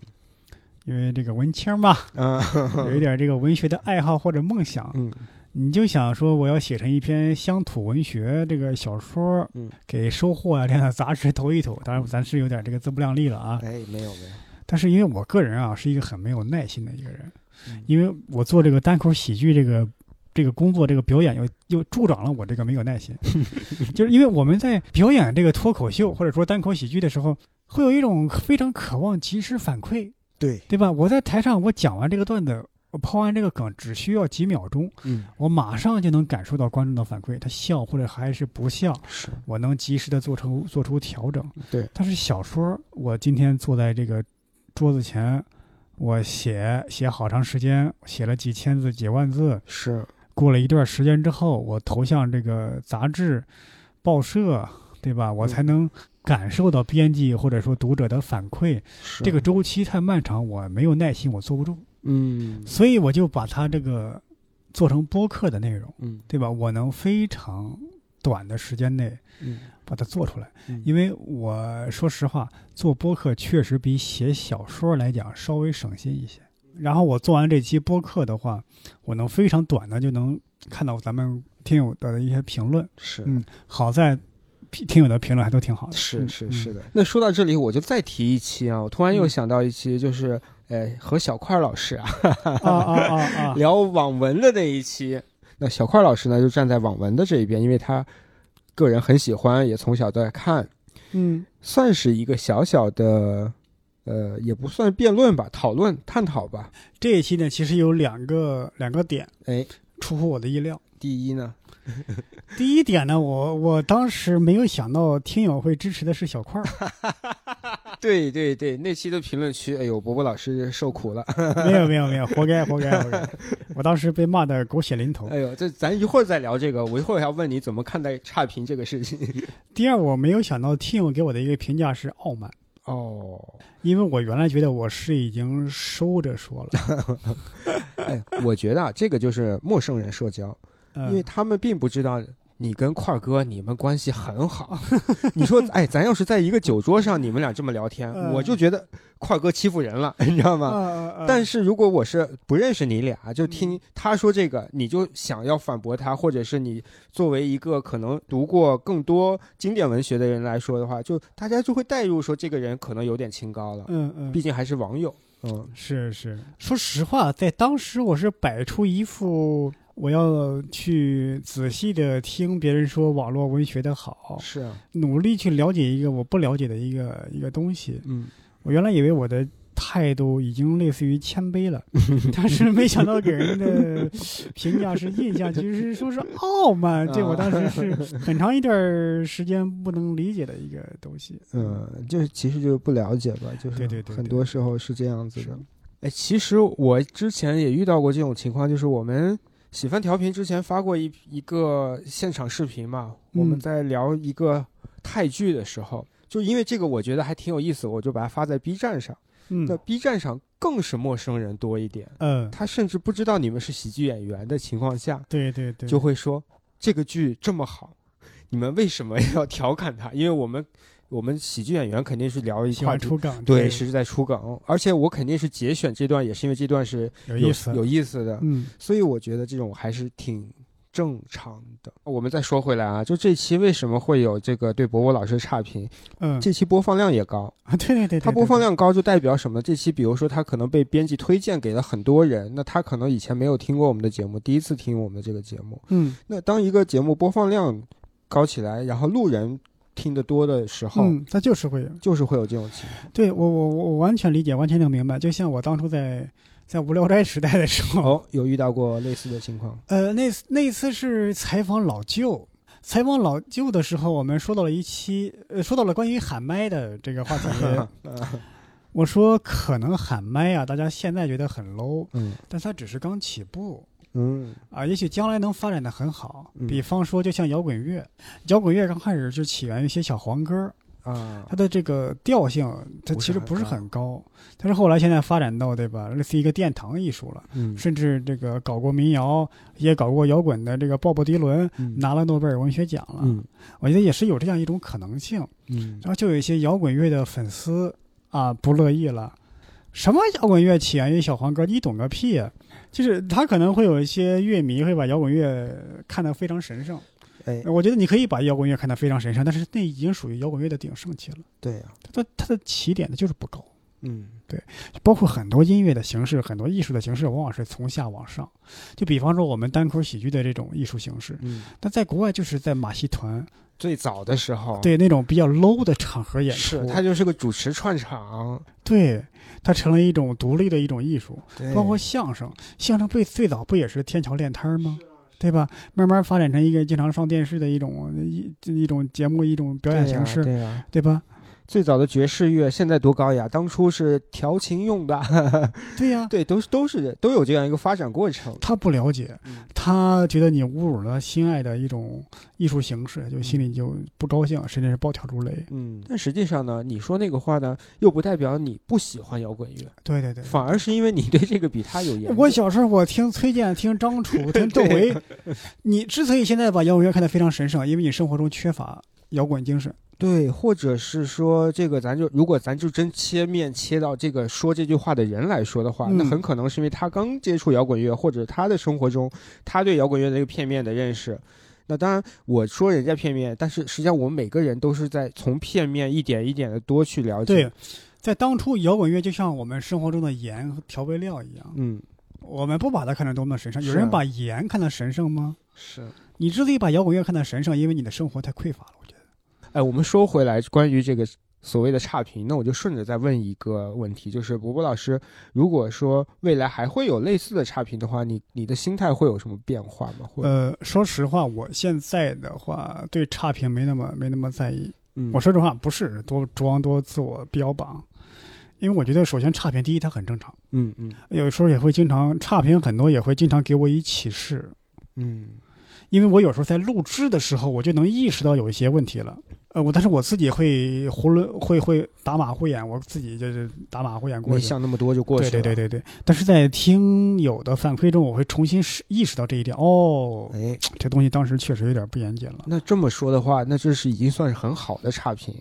Speaker 2: 因为这个文青嘛，
Speaker 3: 啊，
Speaker 2: 有一点这个文学的爱好或者梦想，
Speaker 3: 嗯
Speaker 2: 你就想说我要写成一篇乡土文学这个小说儿
Speaker 3: 嗯，
Speaker 2: 给《收获》啊这样的杂志投一投。当然，咱是有点这个自不量力了啊。
Speaker 3: 哎，没有没有，
Speaker 2: 但是因为我个人啊是一个很没有耐心的一个人
Speaker 3: 嗯，
Speaker 2: 因为我做这个单口喜剧这个这个工作这个表演又又助长了我这个没有耐心，就是因为我们在表演这个脱口秀或者说单口喜剧的时候，会有一种非常渴望及时反馈，
Speaker 3: 对，
Speaker 2: 对吧？我在台上我讲完这个段子。我抛完这个梗只需要几秒钟，
Speaker 3: 嗯，
Speaker 2: 我马上就能感受到观众的反馈，他笑或者还是不笑，
Speaker 3: 是
Speaker 2: 我能及时的做成做出调整。
Speaker 3: 对，
Speaker 2: 但是小说，我今天坐在这个桌子前，我写写好长时间，写了几千字、几万字。
Speaker 3: 是，
Speaker 2: 过了一段时间之后，我投向这个杂志、报社，对吧？我
Speaker 3: 嗯
Speaker 2: 才能感受到编辑或者说读者的反馈。
Speaker 3: 是
Speaker 2: 这个周期太漫长，我没有耐心，我坐不住，
Speaker 3: 嗯
Speaker 2: 所以我就把它这个做成播客的内容，
Speaker 3: 嗯
Speaker 2: 对吧？我能非常短的时间内
Speaker 3: 嗯，
Speaker 2: 把它做出来。
Speaker 3: 嗯
Speaker 2: 因为我说实话，做播客确实比写小说来讲稍微省心一些。然后我做完这期播客的话，我能非常短的就能看到咱们听友的一些评论。
Speaker 3: 是
Speaker 2: 嗯好在听友的评论还都挺好的。
Speaker 3: 是
Speaker 2: 嗯
Speaker 3: 是是，的。那说到这里，我就再提一期啊，我突然又想到一期，就是呃和小块老师啊
Speaker 2: 嗯啊啊啊啊！
Speaker 3: 聊网文的那一期。那小块老师呢，就站在网文的这一边，因为他个人很喜欢，也从小都在看，
Speaker 2: 嗯
Speaker 3: 算是一个小小的。呃，也不算辩论吧，讨论探讨吧。
Speaker 2: 这一期呢，其实有两个两个点
Speaker 3: 哎，
Speaker 2: 出乎我的意料。
Speaker 3: 第一呢，
Speaker 2: 第一点呢，我我当时没有想到听友会支持的是小 块儿，
Speaker 3: 对对对，那期的评论区，哎呦，伯伯老师受苦了，
Speaker 2: 没有没有没有，活该活该活该！我当时被骂的狗血淋头。
Speaker 3: 哎呦，这咱一会儿再聊这个，我一会儿要问你怎么看待差评这个事情。
Speaker 2: 第二，我没有想到听友给我的一个评价是傲慢，
Speaker 3: 哦，
Speaker 2: 因为我原来觉得我是已经收着说了，
Speaker 3: 哎，我觉得啊，这个就是陌生人社交，因为
Speaker 2: 嗯，
Speaker 3: 他们并不知道。你跟块儿哥，你们关系很好。 你说，哎，咱要是在一个酒桌上，你们俩这么聊天，
Speaker 2: 嗯
Speaker 3: 我就觉得块儿哥欺负人了，你知道吗？ 但
Speaker 2: 是
Speaker 3: 是如果我是不认识你俩，就
Speaker 2: 嗯
Speaker 3: 听他说这个，你就想要反驳他，或者是你作为一个可能读过更多经典文学的人来说的话，就大家就会带入说这个人可能有点清高了，
Speaker 2: 嗯嗯
Speaker 3: 毕，竟还是网友。嗯，
Speaker 2: 是是，说实话，在当时我是摆出一副我要去仔细的听别人说网络文学的好，
Speaker 3: 是啊，
Speaker 2: 努力去了解一个我不了解的一个一个东西。
Speaker 3: 嗯，
Speaker 2: 我原来以为我的态度已经类似于谦卑 了，但是没想到给人的评价是印象，就是说是傲慢，这我当时
Speaker 3: 啊
Speaker 2: 是很长一段儿时间不能理解的一个东西。
Speaker 3: 嗯，就是其实就是不了解吧，就是
Speaker 2: 对对对
Speaker 3: 很
Speaker 2: 对
Speaker 3: 多时候是这样子
Speaker 2: 是
Speaker 3: 的。哎，其实我之前也遇到过这种情况，就是我们喜番调频之前发过一一个现场视频嘛，我们
Speaker 2: 嗯
Speaker 3: 在聊一个泰剧的时候，就因为这个我觉得还挺有意思，我就把它发在 B 站上。
Speaker 2: 嗯
Speaker 3: 那 B 站上更是陌生人多一点，
Speaker 2: 嗯，
Speaker 3: 他甚至不知道你们是喜剧演员的情况下，
Speaker 2: 对对对，
Speaker 3: 就会说这个剧这么好，你们为什么要调侃它？因为我们我们喜剧演员肯定是聊一
Speaker 2: 喜
Speaker 3: 块
Speaker 2: 欢
Speaker 3: 儿
Speaker 2: 出梗，
Speaker 3: 对，是在出梗，而且我肯定是节选这段，也是因为这段是
Speaker 2: 有意思，
Speaker 3: 有意思的，
Speaker 2: 嗯
Speaker 3: 所以我觉得这种还是挺正常的。我们再说回来啊，就这期为什么会有这个对博博老师差评？
Speaker 2: 嗯，
Speaker 3: 这期播放量也高，
Speaker 2: 啊对对对，
Speaker 3: 它
Speaker 2: 对
Speaker 3: 播放，
Speaker 2: 对
Speaker 3: 量高就代表什么？这期比如说他可能被编辑推荐给了很多人，那他可能以前没有听过我们的节目，第一次听我们的这个节目。
Speaker 2: 嗯
Speaker 3: 那当一个节目播放量高起来，然后路人听得多的时候，
Speaker 2: 嗯，他就是会有。
Speaker 3: 就是会有这种情况。
Speaker 2: 对我我我我完全理解，完全能明白。就像我当初在在无聊斋时代的时候，
Speaker 3: 哦，有遇到过类似的情况。。
Speaker 2: 呃，那次那一次是采访老舅，采访老舅的时候，我们说到了一期，呃，说到了关于喊麦的这个话题 我说可能喊麦啊，大家现在觉得很 low，
Speaker 3: 嗯
Speaker 2: 但它只是刚起步
Speaker 3: 嗯
Speaker 2: 啊，也许将来能发展的很好
Speaker 3: 嗯。
Speaker 2: 比方说，就像摇滚乐，摇滚乐刚开始是起源于一些小黄歌，
Speaker 3: 啊
Speaker 2: 它，的这个调性它
Speaker 3: 不是
Speaker 2: 其实
Speaker 3: 很
Speaker 2: 不是
Speaker 3: 高
Speaker 2: 很高，但是后来现在发展到对吧，类似一个殿堂艺术了。
Speaker 3: 嗯
Speaker 2: 甚至这个搞过民谣，也搞过摇滚的这个鲍勃迪伦
Speaker 3: 嗯
Speaker 2: 拿了诺贝尔文学奖了。
Speaker 3: 嗯
Speaker 2: 我觉得也是有这样一种可能性。
Speaker 3: 嗯
Speaker 2: 然后就有一些摇滚乐的粉丝啊不乐意了，什么摇滚乐起源于小黄歌，你懂个屁、啊！就是他可能会有一些乐迷会把摇滚乐看得非常神圣，
Speaker 3: 哎
Speaker 2: 我觉得你可以把摇滚乐看得非常神圣，但是那已经属于摇滚乐的鼎盛期了，
Speaker 3: 对呀、啊
Speaker 2: 它的它的起点呢就是不高。
Speaker 3: 嗯
Speaker 2: 包括很多音乐的形式，很多艺术的形式，往往是从下往上。就比方说我们单口喜剧的这种艺术形式，
Speaker 3: 嗯，
Speaker 2: 但在国外就是在马戏团
Speaker 3: 最早的时候，，
Speaker 2: 对那种比较 low 的场合演出
Speaker 3: 哦是，他就是个主持串场，
Speaker 2: 对它成了一种独立的一种艺术。
Speaker 3: 对
Speaker 2: 包括相声，相声最最早不也是天桥练摊儿吗？对吧？慢慢发展成一个经常上电视的一种一一种节目，一种表演
Speaker 3: 对呀
Speaker 2: 形式，
Speaker 3: 对呀。
Speaker 2: 对吧？
Speaker 3: 最早的爵士乐现在多高雅，当初是调情用的，
Speaker 2: 对呀、
Speaker 3: 对，都是都是都有这样一个发展过程。
Speaker 2: 他不了解，他觉得你侮辱了心爱的一种艺术形式，就心里就不高兴，甚至是暴跳如雷。
Speaker 3: 嗯，但实际上呢，你说那个话呢，又不代表你不喜欢摇滚乐，
Speaker 2: 对对对。
Speaker 3: 反而是因为你对这个比他有研究。
Speaker 2: 我小时候我听崔健、听张 楚、听窦唯，你之所以现在把摇滚乐看得非常神圣，因为你生活中缺乏摇滚精神。
Speaker 3: 对，或者是说这个，咱就如果咱就真切面切到这个说这句话的人来说的话，那
Speaker 2: 嗯
Speaker 3: 很可能是因为他刚接触摇滚乐，或者他的生活中他对摇滚乐的一个片面的认识。那当然，我说人家片面，但是实际上我们每个人都是在从片面一点一点的多去了解。
Speaker 2: 对，，在当初摇滚乐就像我们生活中的盐和调味料一样，
Speaker 3: 嗯，
Speaker 2: 我们不把它看得多么的神圣。有
Speaker 3: 是
Speaker 2: 人
Speaker 3: 啊
Speaker 2: 把盐看得神圣吗？
Speaker 3: 是。
Speaker 2: 你之所以把摇滚乐看得神圣，因为你的生活太匮乏了。我觉得，
Speaker 3: 哎，我们说回来，关于这个所谓的差评，那我就顺着再问一个问题，就是伯伯老师，如果说未来还会有类似的差评的话，你你的心态会有什么变化吗？会，
Speaker 2: 呃，说实话，我现在的话对差评没那么没那么在意。
Speaker 3: 嗯
Speaker 2: 我说实话，不是多装多自我标榜，因为我觉得首先差评第一它很正常，
Speaker 3: 嗯嗯
Speaker 2: 有时候也会经常差评很多，也会经常给我以启示。
Speaker 3: 嗯
Speaker 2: 因为我有时候在录制的时候，我就能意识到有一些问题了。呃，我但是我自己会囫囵会会打马虎眼，我自己就是打马虎眼过
Speaker 3: 没
Speaker 2: 去。
Speaker 3: 想那么多就过去
Speaker 2: 对
Speaker 3: 了。
Speaker 2: 对对对对，但是在听友的反馈中，我会重新是意识到这一点。哦，
Speaker 3: 对。哎，
Speaker 2: 这东西当时确实有点不严谨了。
Speaker 3: 那这么说的话，那这是已经算是很好的差评，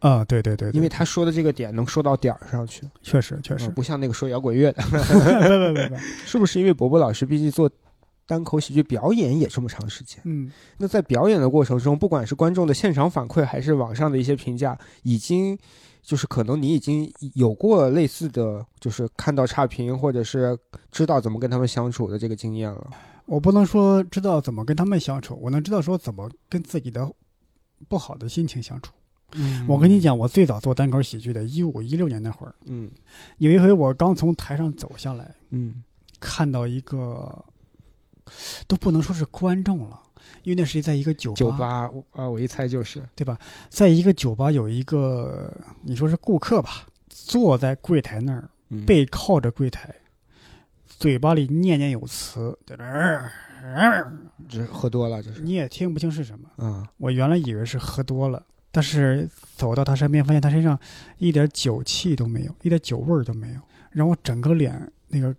Speaker 2: 啊、对对对对
Speaker 3: 因为他说的这个点能说到点儿上去，
Speaker 2: 确实确实
Speaker 3: 嗯，，不像那个说摇滚乐的，
Speaker 2: 不不不不，
Speaker 3: 是不是？因为伯伯老师毕竟做单口喜剧表演也这么长时间，
Speaker 2: 嗯，
Speaker 3: 那在表演的过程中，不管是观众的现场反馈，还是网上的一些评价，已经就是可能你已经有过类似的，就是看到差评，或者是知道怎么跟他们相处的这个经验了。
Speaker 2: 我不能说知道怎么跟他们相处，我能知道说怎么跟自己的不好的心情相处。
Speaker 3: 嗯
Speaker 2: 我跟你，讲，我最早做单口喜剧的，一五一六年那会儿，
Speaker 3: 嗯
Speaker 2: 有一回我刚从台上走下来，
Speaker 3: 嗯
Speaker 2: 看到一个都不能说是观众了，因为那是在一个酒吧，
Speaker 3: 酒吧我啊，我一猜就是，
Speaker 2: 在一个酒吧有一个你说是顾客吧，坐在柜台那儿，
Speaker 3: 嗯
Speaker 2: 背靠着柜台，嘴巴里念念有词，在那儿。
Speaker 3: 这喝多了，这是
Speaker 2: 你也听不清是什么。
Speaker 3: 啊，
Speaker 2: 我原来以为是喝多了，但是走到他身边，发现他身上一点酒气都没有，一点酒味儿都没有，然后整个脸那个，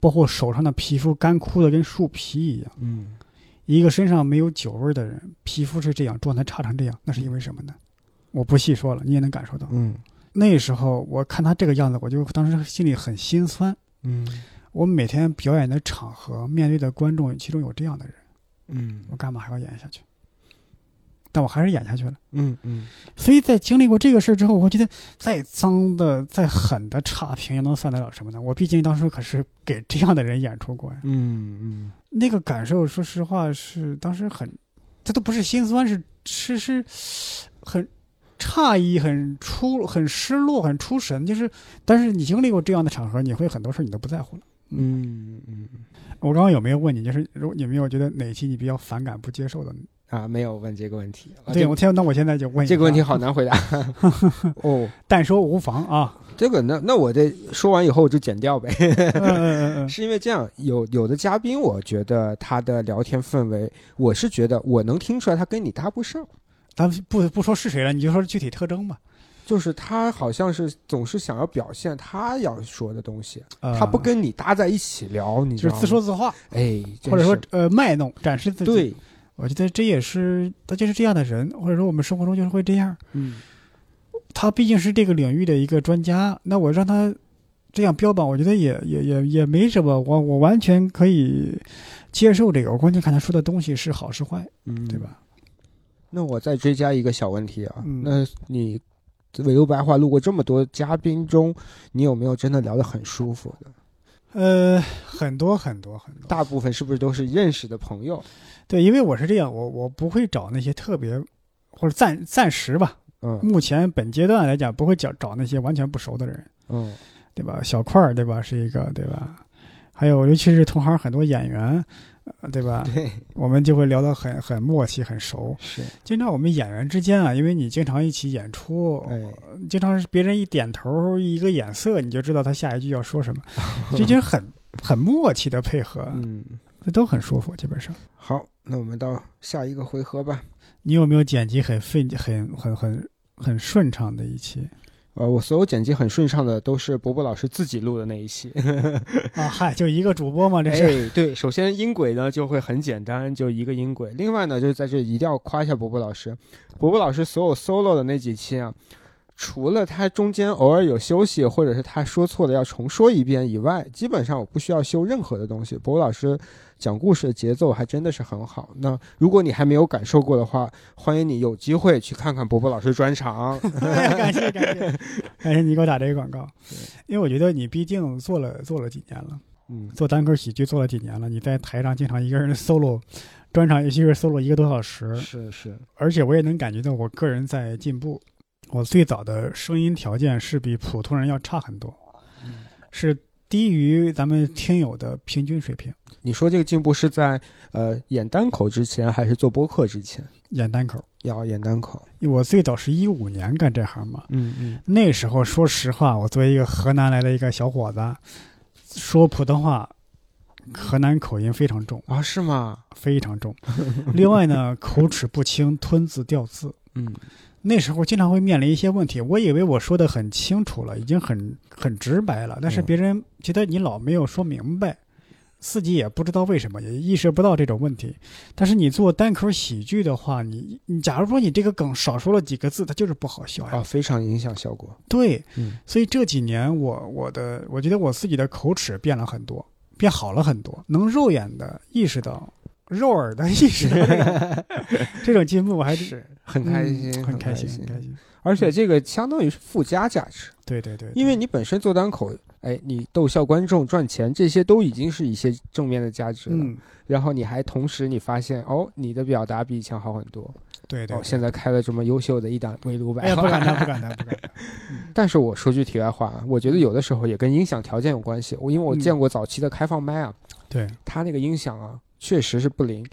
Speaker 2: 包括手上的皮肤干枯的跟树皮一样。
Speaker 3: 嗯，
Speaker 2: 一个身上没有酒味儿的人，皮肤是这样，状态差成这样，那是因为什么呢？我不细说了，你也能感受到。
Speaker 3: 嗯
Speaker 2: 那时候我看他这个样子，我就当时心里很心酸。
Speaker 3: 嗯
Speaker 2: 我每天表演的场合，面对的观众，其中有这样的人，
Speaker 3: 嗯
Speaker 2: 我干嘛还要演下去？但我还是演下去了。
Speaker 3: 嗯嗯，
Speaker 2: 所以在经历过这个事儿之后，我觉得再脏的、再狠的差评又能算得了什么呢？我毕竟当时可是给这样的人演出过呀，
Speaker 3: 嗯嗯，
Speaker 2: 那个感受，说实话是当时很，这都不是心酸，是是是，很诧异、很出、很失落、很出神。就是，但是你经历过这样的场合，你会很多事儿你都不在乎了。
Speaker 3: 嗯嗯
Speaker 2: 我刚刚有没有问你，就是如果有没有觉得哪期你比较反感、不接受的？
Speaker 3: 啊，没有问这个问题，啊
Speaker 2: 对，
Speaker 3: 这
Speaker 2: 我天，那我现在就问一
Speaker 3: 这个问题
Speaker 2: 下，
Speaker 3: 好难 回答哦。
Speaker 2: 但说无妨 啊。
Speaker 3: 这个那那我这说完以后我就剪掉呗，
Speaker 2: 嗯嗯嗯
Speaker 3: 是因为这样，有有的嘉宾，我觉得他的聊天氛围，我是觉得我能听出来他跟你搭不上，
Speaker 2: 嗯，咱们不不说是谁了，你就说具体特征吧。
Speaker 3: 就是他好像是总是想要表现他要说的东西，
Speaker 2: 呃
Speaker 3: 他不跟你搭在一起聊，你知
Speaker 2: 就是
Speaker 3: 道吗？
Speaker 2: 自说自话，
Speaker 3: 哎，真
Speaker 2: 或者说
Speaker 3: 是
Speaker 2: 呃卖弄、展示自己。
Speaker 3: 对，
Speaker 2: 我觉得这也是他就是这样的人，或者说我们生活中就是会这样。
Speaker 3: 嗯
Speaker 2: 他毕竟是这个领域的一个专家，那我让他这样标榜，我觉得也也也也没什么，我我完全可以接受这个。我关键看他说的东西是好是坏，
Speaker 3: 嗯，
Speaker 2: 对？吧？
Speaker 3: 那我再追加一个小问题啊，
Speaker 2: 嗯
Speaker 3: 那你围炉白话录过这么多嘉宾中，你有没有真的聊得很舒服的？
Speaker 2: 呃，很多很多很多。
Speaker 3: 大部分是不是都是认识的朋友？
Speaker 2: 对，因为我是这样，我我不会找那些特别，或者暂暂时吧，
Speaker 3: 嗯
Speaker 2: 目前本阶段来讲，不会找找那些完全不熟的人，
Speaker 3: 嗯
Speaker 2: 对吧？小块儿，对吧？是一个，对吧？还有，尤其是同行很多演员，呃对吧？
Speaker 3: 对，哎
Speaker 2: 我们就会聊得很很默契、很熟。
Speaker 3: 是，
Speaker 2: 经常我们演员之间啊，因为你经常一起演出，
Speaker 3: 哎，
Speaker 2: 经常是别人一点头、一个眼色，你就知道他下一句要说 什么，这就是很很默契的配合，
Speaker 3: 嗯，
Speaker 2: 这都很舒服。基本上，
Speaker 3: 好，那我们到下一个回合吧。
Speaker 2: 你有没有剪辑很费、很很很很顺畅的一 期
Speaker 3: 呃，我所有剪辑很顺畅的都是伯伯老师自己录的那一期。
Speaker 2: 啊？嗨，就一个主播嘛，这是。
Speaker 3: 哎，对，首先音轨呢就会很简单，就一个音轨。另外呢，就是在这一定要夸一下伯伯老师，伯伯老师所有 solo 的那几期啊，除了他中间偶尔有休息，或者是他说错的要重说一遍以外，基本上我不需要修任何的东西。伯伯老师讲故事的节奏还真的是很好。那如果你还没有感受过的话，欢迎你有机会去看看伯伯老师专 场。
Speaker 2: 哎 呀感谢感 谢感谢你给我打这个广告，因为我觉得你毕竟做了做了几年了，
Speaker 3: 嗯，
Speaker 2: 做单口喜剧做了几年了，你在台上经常一个人 solo，专场尤其是 solo 一个多小时，
Speaker 3: 是是，
Speaker 2: 而且我也能感觉到我个人在进步。我最早的声音条件是比普通人要差很多，
Speaker 3: 嗯
Speaker 2: 是低于咱们听友的平均水平。
Speaker 3: 你说这个进步是在呃演单口之前，还是做播客之前？
Speaker 2: 演单口，
Speaker 3: 要演单口。
Speaker 2: 因为我最早是一五年干这行嘛，
Speaker 3: 嗯嗯，
Speaker 2: 那时候，说实话，我作为一个河南来的一个小伙子，说普通话，河南口音非常重，
Speaker 3: 啊，是吗？
Speaker 2: 非常重。 另外呢，口齿不清，吞字掉字。
Speaker 3: 嗯，
Speaker 2: 那时候经常会面临一些问题。我以为我说的很清楚了，已经很很直白了，但是
Speaker 3: 嗯
Speaker 2: 别人觉得你老没有说明白，自己也不知道为什么，也意识不到这种问题。但是你做单口喜剧的话，你你假如说你这个梗少说了几个字，它就是不好笑呀。
Speaker 3: 啊，非常影响效果。
Speaker 2: 对，
Speaker 3: 嗯
Speaker 2: 所以这几年我我的我觉得我自己的口齿变了很多，变好了很多，能肉眼的意识到，肉耳的意 识到这种这种进步，我还
Speaker 3: 是很开心，
Speaker 2: 嗯很
Speaker 3: 很
Speaker 2: 开
Speaker 3: 开
Speaker 2: 心，很开心。
Speaker 3: 而且这个相当于是附加价值，
Speaker 2: 对对对，
Speaker 3: 因为你本身做单口，哎，你逗笑观众、赚钱，这些都已经是一些正面的价值了。
Speaker 2: 嗯，
Speaker 3: 然后你还同时你发现，哦，你的表达比以前好很多。
Speaker 2: 对对
Speaker 3: 哦，。现在开了这么优秀的一档围炉
Speaker 2: 哎
Speaker 3: 白
Speaker 2: 呀，不
Speaker 3: 话。
Speaker 2: 敢 当，不敢当，不敢当。
Speaker 3: 但是我说句题外话，啊，我觉得有的时候也跟音响条件有关系。我因为我
Speaker 2: 嗯
Speaker 3: 见过早期的开放麦啊，
Speaker 2: 对，
Speaker 3: 它那个音响啊，确实是不灵。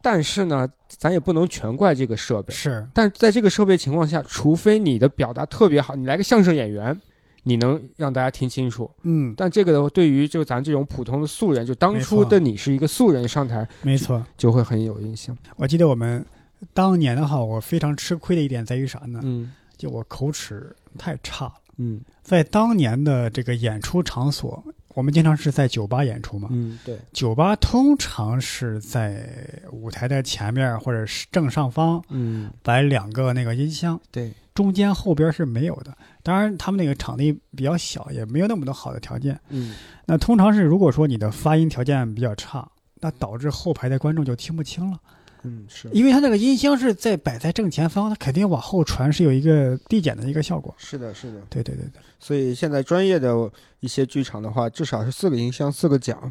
Speaker 3: 但是呢，咱也不能全怪这个设备。
Speaker 2: 是
Speaker 3: 但在这个设备情况下，除非你的表达特别好，你来个相声演员，你能让大家听清楚。
Speaker 2: 嗯，
Speaker 3: 但这个的话，对于就咱这种普通的素人，就当初
Speaker 2: 没错
Speaker 3: 的你是一个素人上台，
Speaker 2: 没错。
Speaker 3: 就会很有影响。
Speaker 2: 我记得我们当年的话，我非常吃亏的一点在于啥呢？
Speaker 3: 嗯
Speaker 2: 就我口齿太差了。
Speaker 3: 嗯
Speaker 2: 在当年的这个演出场所，我们经常是在酒吧演出嘛，
Speaker 3: 嗯，对，
Speaker 2: 酒吧通常是在舞台的前面或者是正上方
Speaker 3: 嗯
Speaker 2: 摆两个那个音箱，
Speaker 3: 对，
Speaker 2: 中间后边是没有的。当然，他们那个场地比较小，也没有那么多好的条件。
Speaker 3: 嗯
Speaker 2: 那通常是，如果说你的发音条件比较差，那导致后排的观众就听不清了，
Speaker 3: 嗯是
Speaker 2: 因为他那个音箱是在摆在正前方，它肯定往后传是有一个递减的一个效果。
Speaker 3: 是的是的。
Speaker 2: 对对对对，
Speaker 3: 所以现在专业的一些剧场的话，至少是四个音箱四个奖，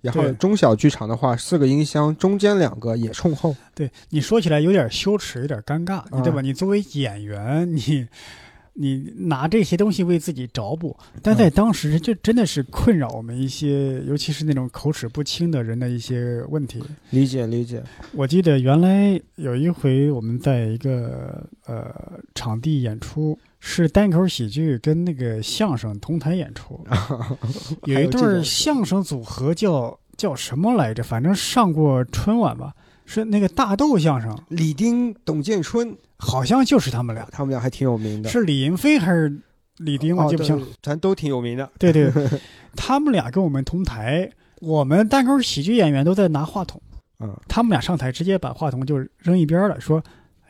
Speaker 3: 然后
Speaker 2: 对
Speaker 3: 中小剧场的话，四个音箱中间两个也冲后。
Speaker 2: 对你说起来有点羞耻，有点尴尬，
Speaker 3: 嗯
Speaker 2: 对吧？你作为演员，你你拿这些东西为自己找补，但
Speaker 3: 嗯
Speaker 2: 在当时这真的是困扰我们一些，尤其是那种口齿不清的人的一些问题。
Speaker 3: 理解理解，
Speaker 2: 我记得原来有一回我们在一个呃场地演出，是单口喜剧跟那个相声同台演 出，有
Speaker 3: 还
Speaker 2: 一
Speaker 3: 有这
Speaker 2: 对儿
Speaker 3: 种
Speaker 2: 相声组合叫叫什么来着？反正上过春晚吧，是那个大豆相声。
Speaker 3: 李丁、董建春，
Speaker 2: 好像就是他们俩，
Speaker 3: 他们俩还挺有名的。
Speaker 2: 是李银飞还是李丁，我记不清
Speaker 3: 哦
Speaker 2: 了。
Speaker 3: 对咱都挺有名的。
Speaker 2: 对对， 他们俩跟我们同台，我们单口喜剧演员都在拿话筒，
Speaker 3: 嗯，
Speaker 2: 他们俩上台直接把话筒就扔一边了，说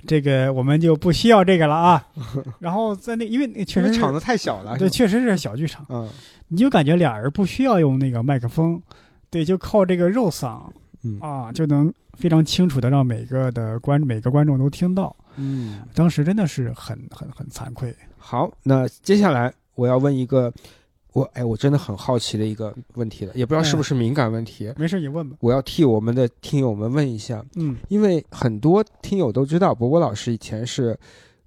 Speaker 2: 这个我们就不需要这个了啊。 然后在那，因为那确
Speaker 3: 因
Speaker 2: 实
Speaker 3: 为
Speaker 2: 是
Speaker 3: 场子太小了。
Speaker 2: 对，
Speaker 3: 是吧
Speaker 2: 确实是小剧场，
Speaker 3: 嗯
Speaker 2: 你就感觉俩人不需要用那个麦克风，对，就靠这个肉嗓
Speaker 3: 嗯
Speaker 2: 啊，就能非常清楚的让每个的观每个观众都听到。
Speaker 3: 嗯，
Speaker 2: 当时真的是很很很惭愧。
Speaker 3: 好，那接下来我要问一个，我哎，我真的很好奇的一个问题了，也不知道
Speaker 2: 嗯
Speaker 3: 是不是敏感问题，
Speaker 2: 没事，你问吧。
Speaker 3: 我要替我们的听友们问一下，
Speaker 2: 嗯，
Speaker 3: 因为很多听友都知道，博博老师以前是。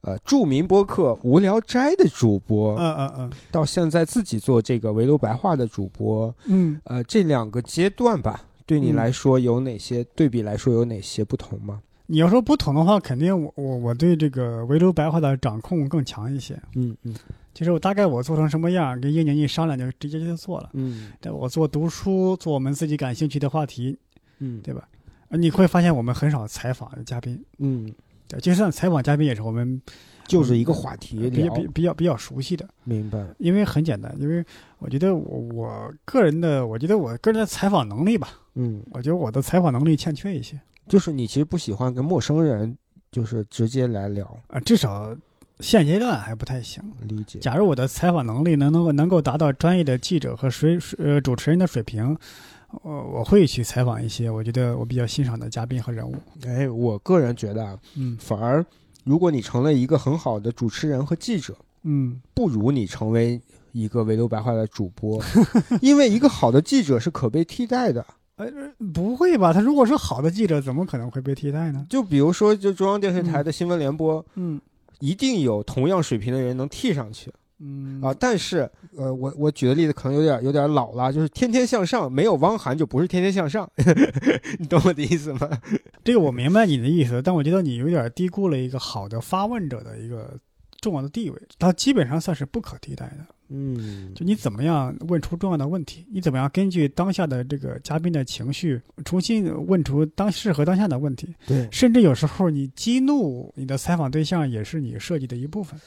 Speaker 3: 呃，著名播客《无聊斋》的主播，
Speaker 2: 嗯嗯嗯
Speaker 3: 到现在自己做这个围炉白话的主播，
Speaker 2: 嗯，
Speaker 3: 呃，这两个阶段吧，对你
Speaker 2: 嗯
Speaker 3: 来说有哪些、对比来说有哪些不同吗？
Speaker 2: 你要说不同的话，肯定我我我对这个维州白话的掌控更强一些。
Speaker 3: 嗯嗯
Speaker 2: 其实我大概我做成什么样，跟英宁一商量就直接就做了。
Speaker 3: 嗯
Speaker 2: 对，我做读书，做我们自己感兴趣的话题，
Speaker 3: 嗯
Speaker 2: 对吧？呃你会发现我们很少采访嘉宾，
Speaker 3: 嗯，
Speaker 2: 对，就算采访嘉宾也是我们
Speaker 3: 就是一个话题
Speaker 2: 比
Speaker 3: 聊
Speaker 2: 较，比比较比较熟悉的，
Speaker 3: 嗯明白了？
Speaker 2: 因为很简单，因为我觉得我我个人的，我觉得我个人的采访能力吧，
Speaker 3: 嗯，
Speaker 2: 我觉得我的采访能力欠缺一些
Speaker 3: 就是你其实不喜欢跟陌生人，就是直接来聊，
Speaker 2: 啊、至少现阶段还不太行。
Speaker 3: 理解。
Speaker 2: 假如我的采访能力能能够能够达到专业的记者和水水呃主持人的水平，我、我会去采访一些我觉得我比较欣赏的嘉宾和人物。
Speaker 3: 哎，我个人觉得啊，
Speaker 2: 嗯
Speaker 3: 反而如果你成了一个很好的主持人和记者，
Speaker 2: 嗯，
Speaker 3: 不如你成为一个围炉白话的主 播，因为一个好的记者是可被替代的。
Speaker 2: 不会吧？他如果是好的记者，怎么可能会被替代呢？
Speaker 3: 就比如说，就中央电视台的新闻联播，
Speaker 2: 嗯
Speaker 3: 一定有同样水平的人能替上去
Speaker 2: 嗯
Speaker 3: 啊。但是，呃，我我举的例子可能有点有点老了，就是《天天向上》没有汪涵就不是《天天向上》， 你懂我的意思吗？
Speaker 2: 这个我明白你的意思，但我觉得你有点低估了一个好的发问者的一个重要的地位，他基本上算是不可替代的。
Speaker 3: 嗯
Speaker 2: 就你怎么样问出重要的问题，你怎么样根据当下的这个嘉宾的情绪，重新问出当适合当下的问题，
Speaker 3: 对，
Speaker 2: 甚至有时候你激怒你的采访对象也是你设计的一部分。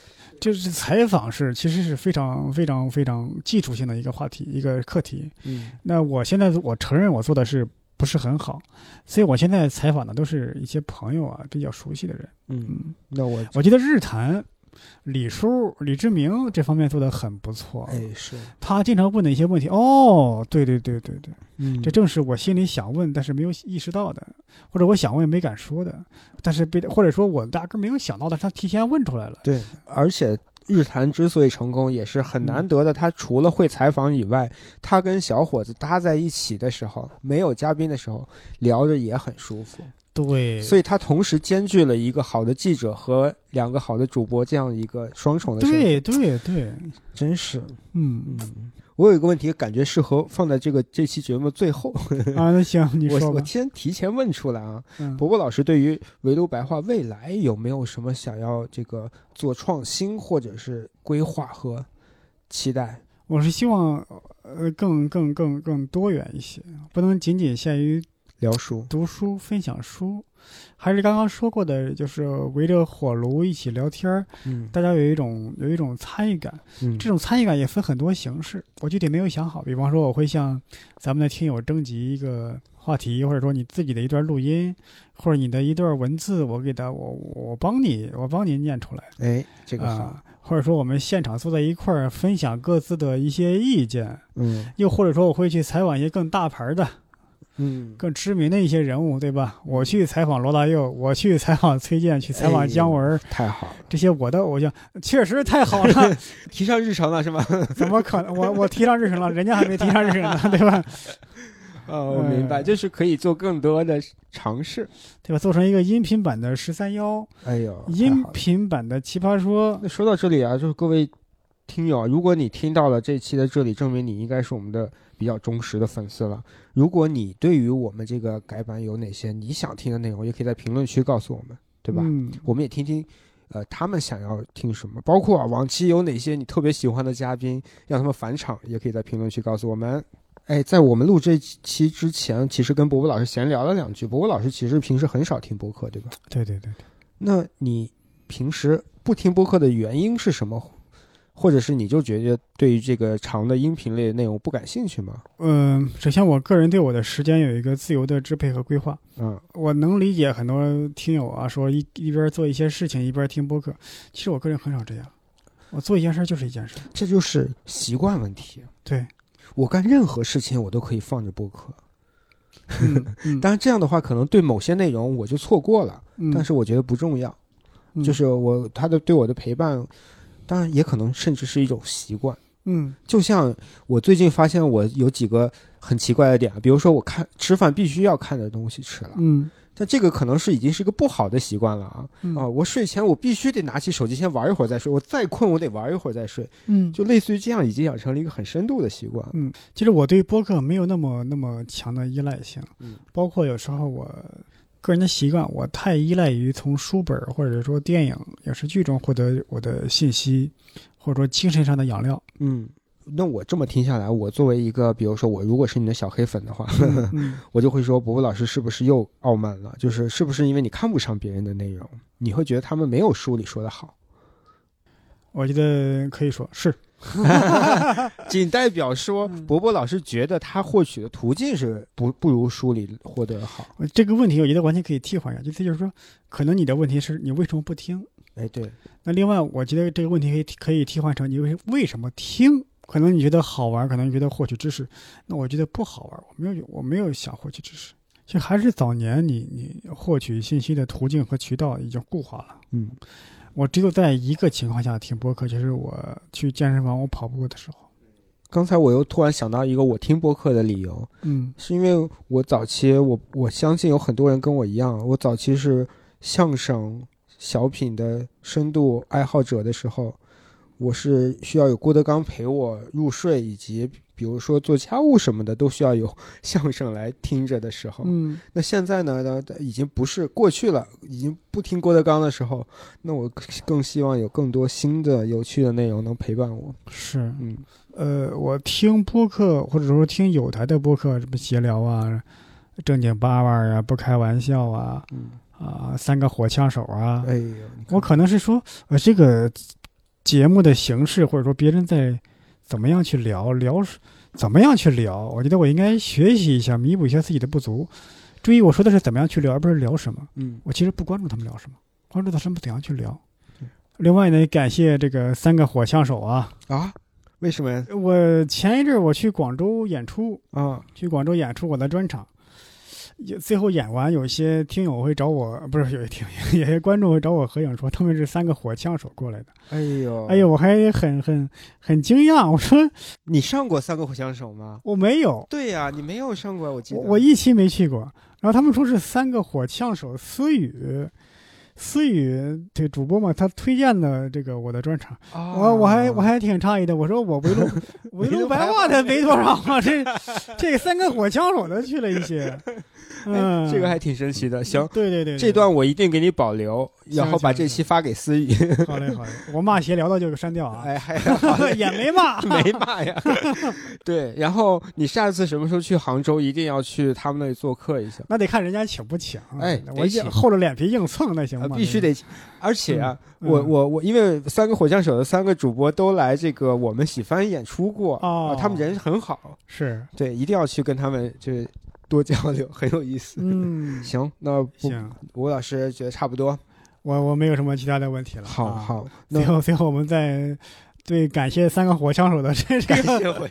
Speaker 2: 就是采访是其实是非常非常非常技术性的一个话题一个课题。
Speaker 3: 嗯
Speaker 2: 那我现在我承认我做的是不是很好，所以我现在采访的都是一些朋友啊比较熟悉的人。
Speaker 3: 嗯，
Speaker 2: 嗯，
Speaker 3: 那我
Speaker 2: 我觉得日坛李叔李志明这方面做的很不错。
Speaker 3: 哎是，
Speaker 2: 他经常问的一些问题，哦，对对对对对，
Speaker 3: 嗯
Speaker 2: 这正是我心里想问但是没有意识到的，或者我想问没敢说的，但是被或者说我压根没有想到的，他提前问出来了。
Speaker 3: 对，而且。日坛之所以成功，也是很
Speaker 2: 嗯
Speaker 3: 难得的。他除了会采访以外，他跟小伙子搭在一起的时候，没有嘉宾的时候，聊着也很舒服。
Speaker 2: 对
Speaker 3: 所以他同时兼具了一个好的记者和两个好的主播这样一个双重的身份，
Speaker 2: 对对对，
Speaker 3: 真是。
Speaker 2: 嗯
Speaker 3: 我有一个问题，感觉适合放在这个这期节目最后，
Speaker 2: 啊，那行你
Speaker 3: 我
Speaker 2: 说
Speaker 3: 我
Speaker 2: 吧。
Speaker 3: 先提前问出来啊。
Speaker 2: 嗯
Speaker 3: 伯伯老师对于围炉白话未来有没有什么想要这个做创新或者是规划和期待？
Speaker 2: 我是希望呃更更更更多元一些，不能仅仅限于
Speaker 3: 聊书，
Speaker 2: 读书分享书，还是刚刚说过的，就是围着火炉一起聊天儿，
Speaker 3: 嗯
Speaker 2: 大家有一种有一种参与感。
Speaker 3: 嗯
Speaker 2: 这种参与感也分很多形式，我具体没有想好。比方说，我会向咱们的听友征集一个话题，或者说你自己的一段录音，或者你的一段文字，我给他，我我帮你，我帮你念出来
Speaker 3: 哎，这个好，
Speaker 2: 啊、或者说，我们现场坐在一块儿分享各自的一些意见，
Speaker 3: 嗯
Speaker 2: 又或者说，我会去采访一些更大牌儿的、
Speaker 3: 嗯，
Speaker 2: 更知名的一些人物，对吧？我去采访罗大佑，我去采访崔健，去采访
Speaker 3: 哎
Speaker 2: 姜文儿，
Speaker 3: 太好了，
Speaker 2: 这些我的偶像，确实太好了。
Speaker 3: 提上日程了是吗？
Speaker 2: 怎么可能？我我提上日程了，人家还没提上日程呢， 对吧？
Speaker 3: 哦，我明白，
Speaker 2: 哎
Speaker 3: 就是可以做更多的尝试。
Speaker 2: 对吧？做成一个音频版的十三幺，
Speaker 3: 哎呦，太
Speaker 2: 音
Speaker 3: 好了
Speaker 2: 频版的奇葩说
Speaker 3: 那说到这里啊，就是各位听友啊，如果你听到了这期的这里，证明你应该是我们的比较忠实的粉丝了。如果你对于我们这个改版有哪些你想听的内容，也可以在评论区告诉我们，对吧？
Speaker 2: 嗯，
Speaker 3: 我们也听听。呃，他们想要听什么？包括啊，往期有哪些你特别喜欢的嘉宾，让他们返场，也可以在评论区告诉我们。哎，在我们录这期之前，其实跟伯伯老师闲聊了两句。伯伯老师其实平时很少听播客，对吧？
Speaker 2: 对对对对。
Speaker 3: 那你平时不听播客的原因是什么？或者是你就觉得对于这个长的音频类的内容不感兴趣吗？
Speaker 2: 嗯，首先我个人对我的时间有一个自由的支配和规划。
Speaker 3: 嗯
Speaker 2: 我能理解很多听友啊，说一一边做一些事情一边听播客，其实我个人很少这样。我做一件事儿就是一件事儿，
Speaker 3: 这就是习惯问题。
Speaker 2: 对，
Speaker 3: 我干任何事情我都可以放着播客，
Speaker 2: 嗯嗯
Speaker 3: 当然这样的话，可能对某些内容我就错过了，
Speaker 2: 嗯
Speaker 3: 但是我觉得不重要。
Speaker 2: 嗯
Speaker 3: 就是我他的对我的陪伴，当然也可能甚至是一种习惯。
Speaker 2: 嗯
Speaker 3: 就像我最近发现，我有几个很奇怪的点，啊比如说我看吃饭必须要看的东西吃了，
Speaker 2: 嗯
Speaker 3: 但这个可能是已经是一个不好的习惯了啊
Speaker 2: 嗯
Speaker 3: 啊！我睡前我必须得拿起手机先玩一会儿再睡，我再困我得玩一会儿再睡，
Speaker 2: 嗯，
Speaker 3: 就类似于这样，已经养成了一个很深度的习惯。
Speaker 2: 啊其实我对播客没有那么那么强的依赖性，
Speaker 3: 嗯
Speaker 2: 包括有时候我个人的习惯，我太依赖于从书本儿或者说电影、影视剧中获得我的信息，或者说精神上的养料。
Speaker 3: 嗯，那我这么听下来，我作为一个，比如说我如果是你的小黑粉的 话，
Speaker 2: 嗯
Speaker 3: 我就会说，伯伯老师是不是又傲慢了？就是是不是因为你看不上别人的内容，你会觉得他们没有书里说的好？
Speaker 2: 我觉得可以说是，
Speaker 3: 仅代表说，伯伯老师觉得他获取的途径是不不如书里获得的好。
Speaker 2: 我呃这个问题我觉得完全可以替换一下，就是就是说，可能你的问题是你为什么不听？
Speaker 3: 哎，对，
Speaker 2: 那另外，我觉得这个问题可以可以替换成你为为什么听？可能你觉得好玩，可能你觉得获取知识，那我觉得不好玩，我没有我没有想获取知识。其实还是早年你你获取信息的途径和渠道已经固化了。
Speaker 3: 嗯
Speaker 2: 我只有在一个情况下听播客，就是我去健身房我跑步的时候。
Speaker 3: 刚才我又突然想到一个我听播客的理由，
Speaker 2: 嗯
Speaker 3: 是因为我早期我我相信有很多人跟我一样，我早期是相声小品的深度爱好者的时候，我是需要有郭德纲陪我入睡，以及比如说做家务什么的都需要有相声来听着的时候。
Speaker 2: 嗯
Speaker 3: 那现在呢，呢已经不是过去了，已经不听郭德纲的时候，那我更希望有更多新的有趣的内容能陪伴我。
Speaker 2: 是
Speaker 3: 嗯
Speaker 2: 呃，我听播客或者说听有台的播客，什么闲聊啊、正经八卦啊、不开玩笑啊、
Speaker 3: 嗯，
Speaker 2: 啊三个火枪手啊，
Speaker 3: 哎呦，你看
Speaker 2: 我可能是说，呃，这个节目的形式，或者说别人在怎么样去聊聊，怎么样去聊，我觉得我应该学习一下，弥补一下自己的不足。注意，我说的是怎么样去聊，而不是聊什么。
Speaker 3: 嗯
Speaker 2: 我其实不关注他们聊什么，关注他们怎样去聊
Speaker 3: 对。
Speaker 2: 另外呢，感谢这个三个火枪手啊！
Speaker 3: 啊，为什么呀？
Speaker 2: 我前一阵儿我去广州演出，
Speaker 3: 啊？
Speaker 2: 去广州演出我的专场，也最后演完，有一些听友会找我，不是有些听友， 有些观众会找我合影，说他们是三个火枪手过来的。
Speaker 3: 哎呦，
Speaker 2: 哎呦，，我还很很很惊讶，我说
Speaker 3: 你上过三个火枪手吗？
Speaker 2: 我没有，
Speaker 3: 对呀、你没有上过，我记
Speaker 2: 我
Speaker 3: 得。
Speaker 2: 我一期没去过。然后他们说是三个火枪手，思雨，思雨这主播嘛，他推荐的这个我的专场，
Speaker 3: 啊
Speaker 2: 我我还我还挺诧异的，我说我围 炉围炉白话的没多少啊，这 这三个火枪手的去了一 些，嗯，
Speaker 3: 哎这个还挺神奇的。行，
Speaker 2: 对对对，对
Speaker 3: 这段我一定给你保留，
Speaker 2: 行
Speaker 3: 然后把
Speaker 2: 行
Speaker 3: 这期发给思雨。
Speaker 2: 好嘞好嘞，我骂闲聊的就给删掉啊，
Speaker 3: 哎，还好
Speaker 2: 也没骂，
Speaker 3: 没 骂呀。对，然后你下次什么时候去杭州，一定要去他们那里做客一下。
Speaker 2: 那得看人家请不请，
Speaker 3: 哎
Speaker 2: 我
Speaker 3: 得
Speaker 2: 硬
Speaker 3: 请
Speaker 2: 厚着脸皮硬蹭那行
Speaker 3: 啊，
Speaker 2: 吗？
Speaker 3: 必须得，而且啊，
Speaker 2: 嗯
Speaker 3: 我
Speaker 2: 嗯
Speaker 3: 我我，因为三个火枪手的三个主播都来这个我们喜番演出过，
Speaker 2: 哦
Speaker 3: 啊他们人很好，
Speaker 2: 是，
Speaker 3: 对，一定要去跟他们就是多交流， 很有意思。
Speaker 2: 嗯，
Speaker 3: 行，那不
Speaker 2: 行，
Speaker 3: 吴老师觉得差不多，
Speaker 2: 我我没有什么其他的问题了。
Speaker 3: 好
Speaker 2: 啊，
Speaker 3: 好，那
Speaker 2: 最后最后我们再对感谢三个火枪手的 这这个
Speaker 3: 谢回，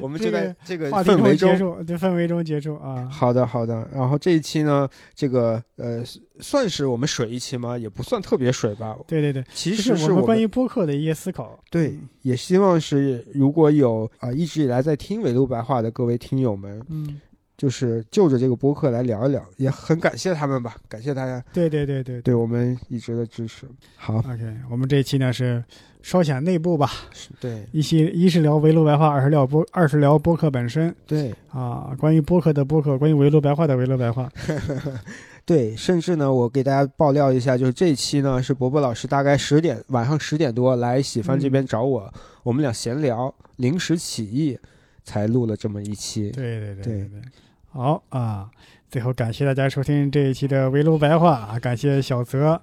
Speaker 3: 我们就在这个
Speaker 2: 话题
Speaker 3: 氛围
Speaker 2: 中结
Speaker 3: 中。
Speaker 2: 束，对氛围中结束啊。
Speaker 3: 好的，好的。然后这一期呢，这个呃，算是我们水一期吗？也不算特别水吧。
Speaker 2: 对对对，这
Speaker 3: 其实
Speaker 2: 是
Speaker 3: 我
Speaker 2: 们关于播客的一些思考。
Speaker 3: 对，也希望是如果有啊、一直以来在听纬度白话的各位听友们，
Speaker 2: 嗯，
Speaker 3: 就是就着这个播客来聊一聊，也很感谢他们吧，感谢大家
Speaker 2: 对对对对。
Speaker 3: 对我们一直的支持。好，
Speaker 2: OK，我们这一期呢是稍显内部吧，
Speaker 3: 是对
Speaker 2: 一期一是聊围炉白话，二是聊播二是聊播客本身
Speaker 3: 对
Speaker 2: 啊，关于播客的播客，关于围炉白话的围炉白话。
Speaker 3: 对，甚至呢，我给大家爆料一下，就是这一期呢是伯伯老师大概十点晚上十点多来喜欢这边找我，我们俩闲聊，临时起意才录了这么一期。
Speaker 2: 对对对
Speaker 3: 对
Speaker 2: 对，好啊！最后感谢大家收听这一期的围炉白话啊，感谢小泽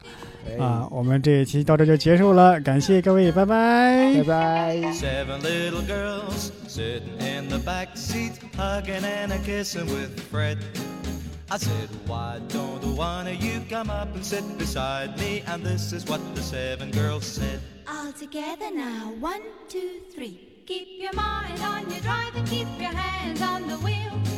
Speaker 2: 啊，我们这一期到这就结束了，感谢各位，拜拜，
Speaker 3: 哎，拜拜。
Speaker 4: Seven little girls sitting in the back seat, hugging and a kissing with Fred. I said, Why don't one of you come up and sit beside me? And this is what the seven girls said.
Speaker 5: All together now, one, two, three. Keep your mind on your drive and keep your hands on the wheel.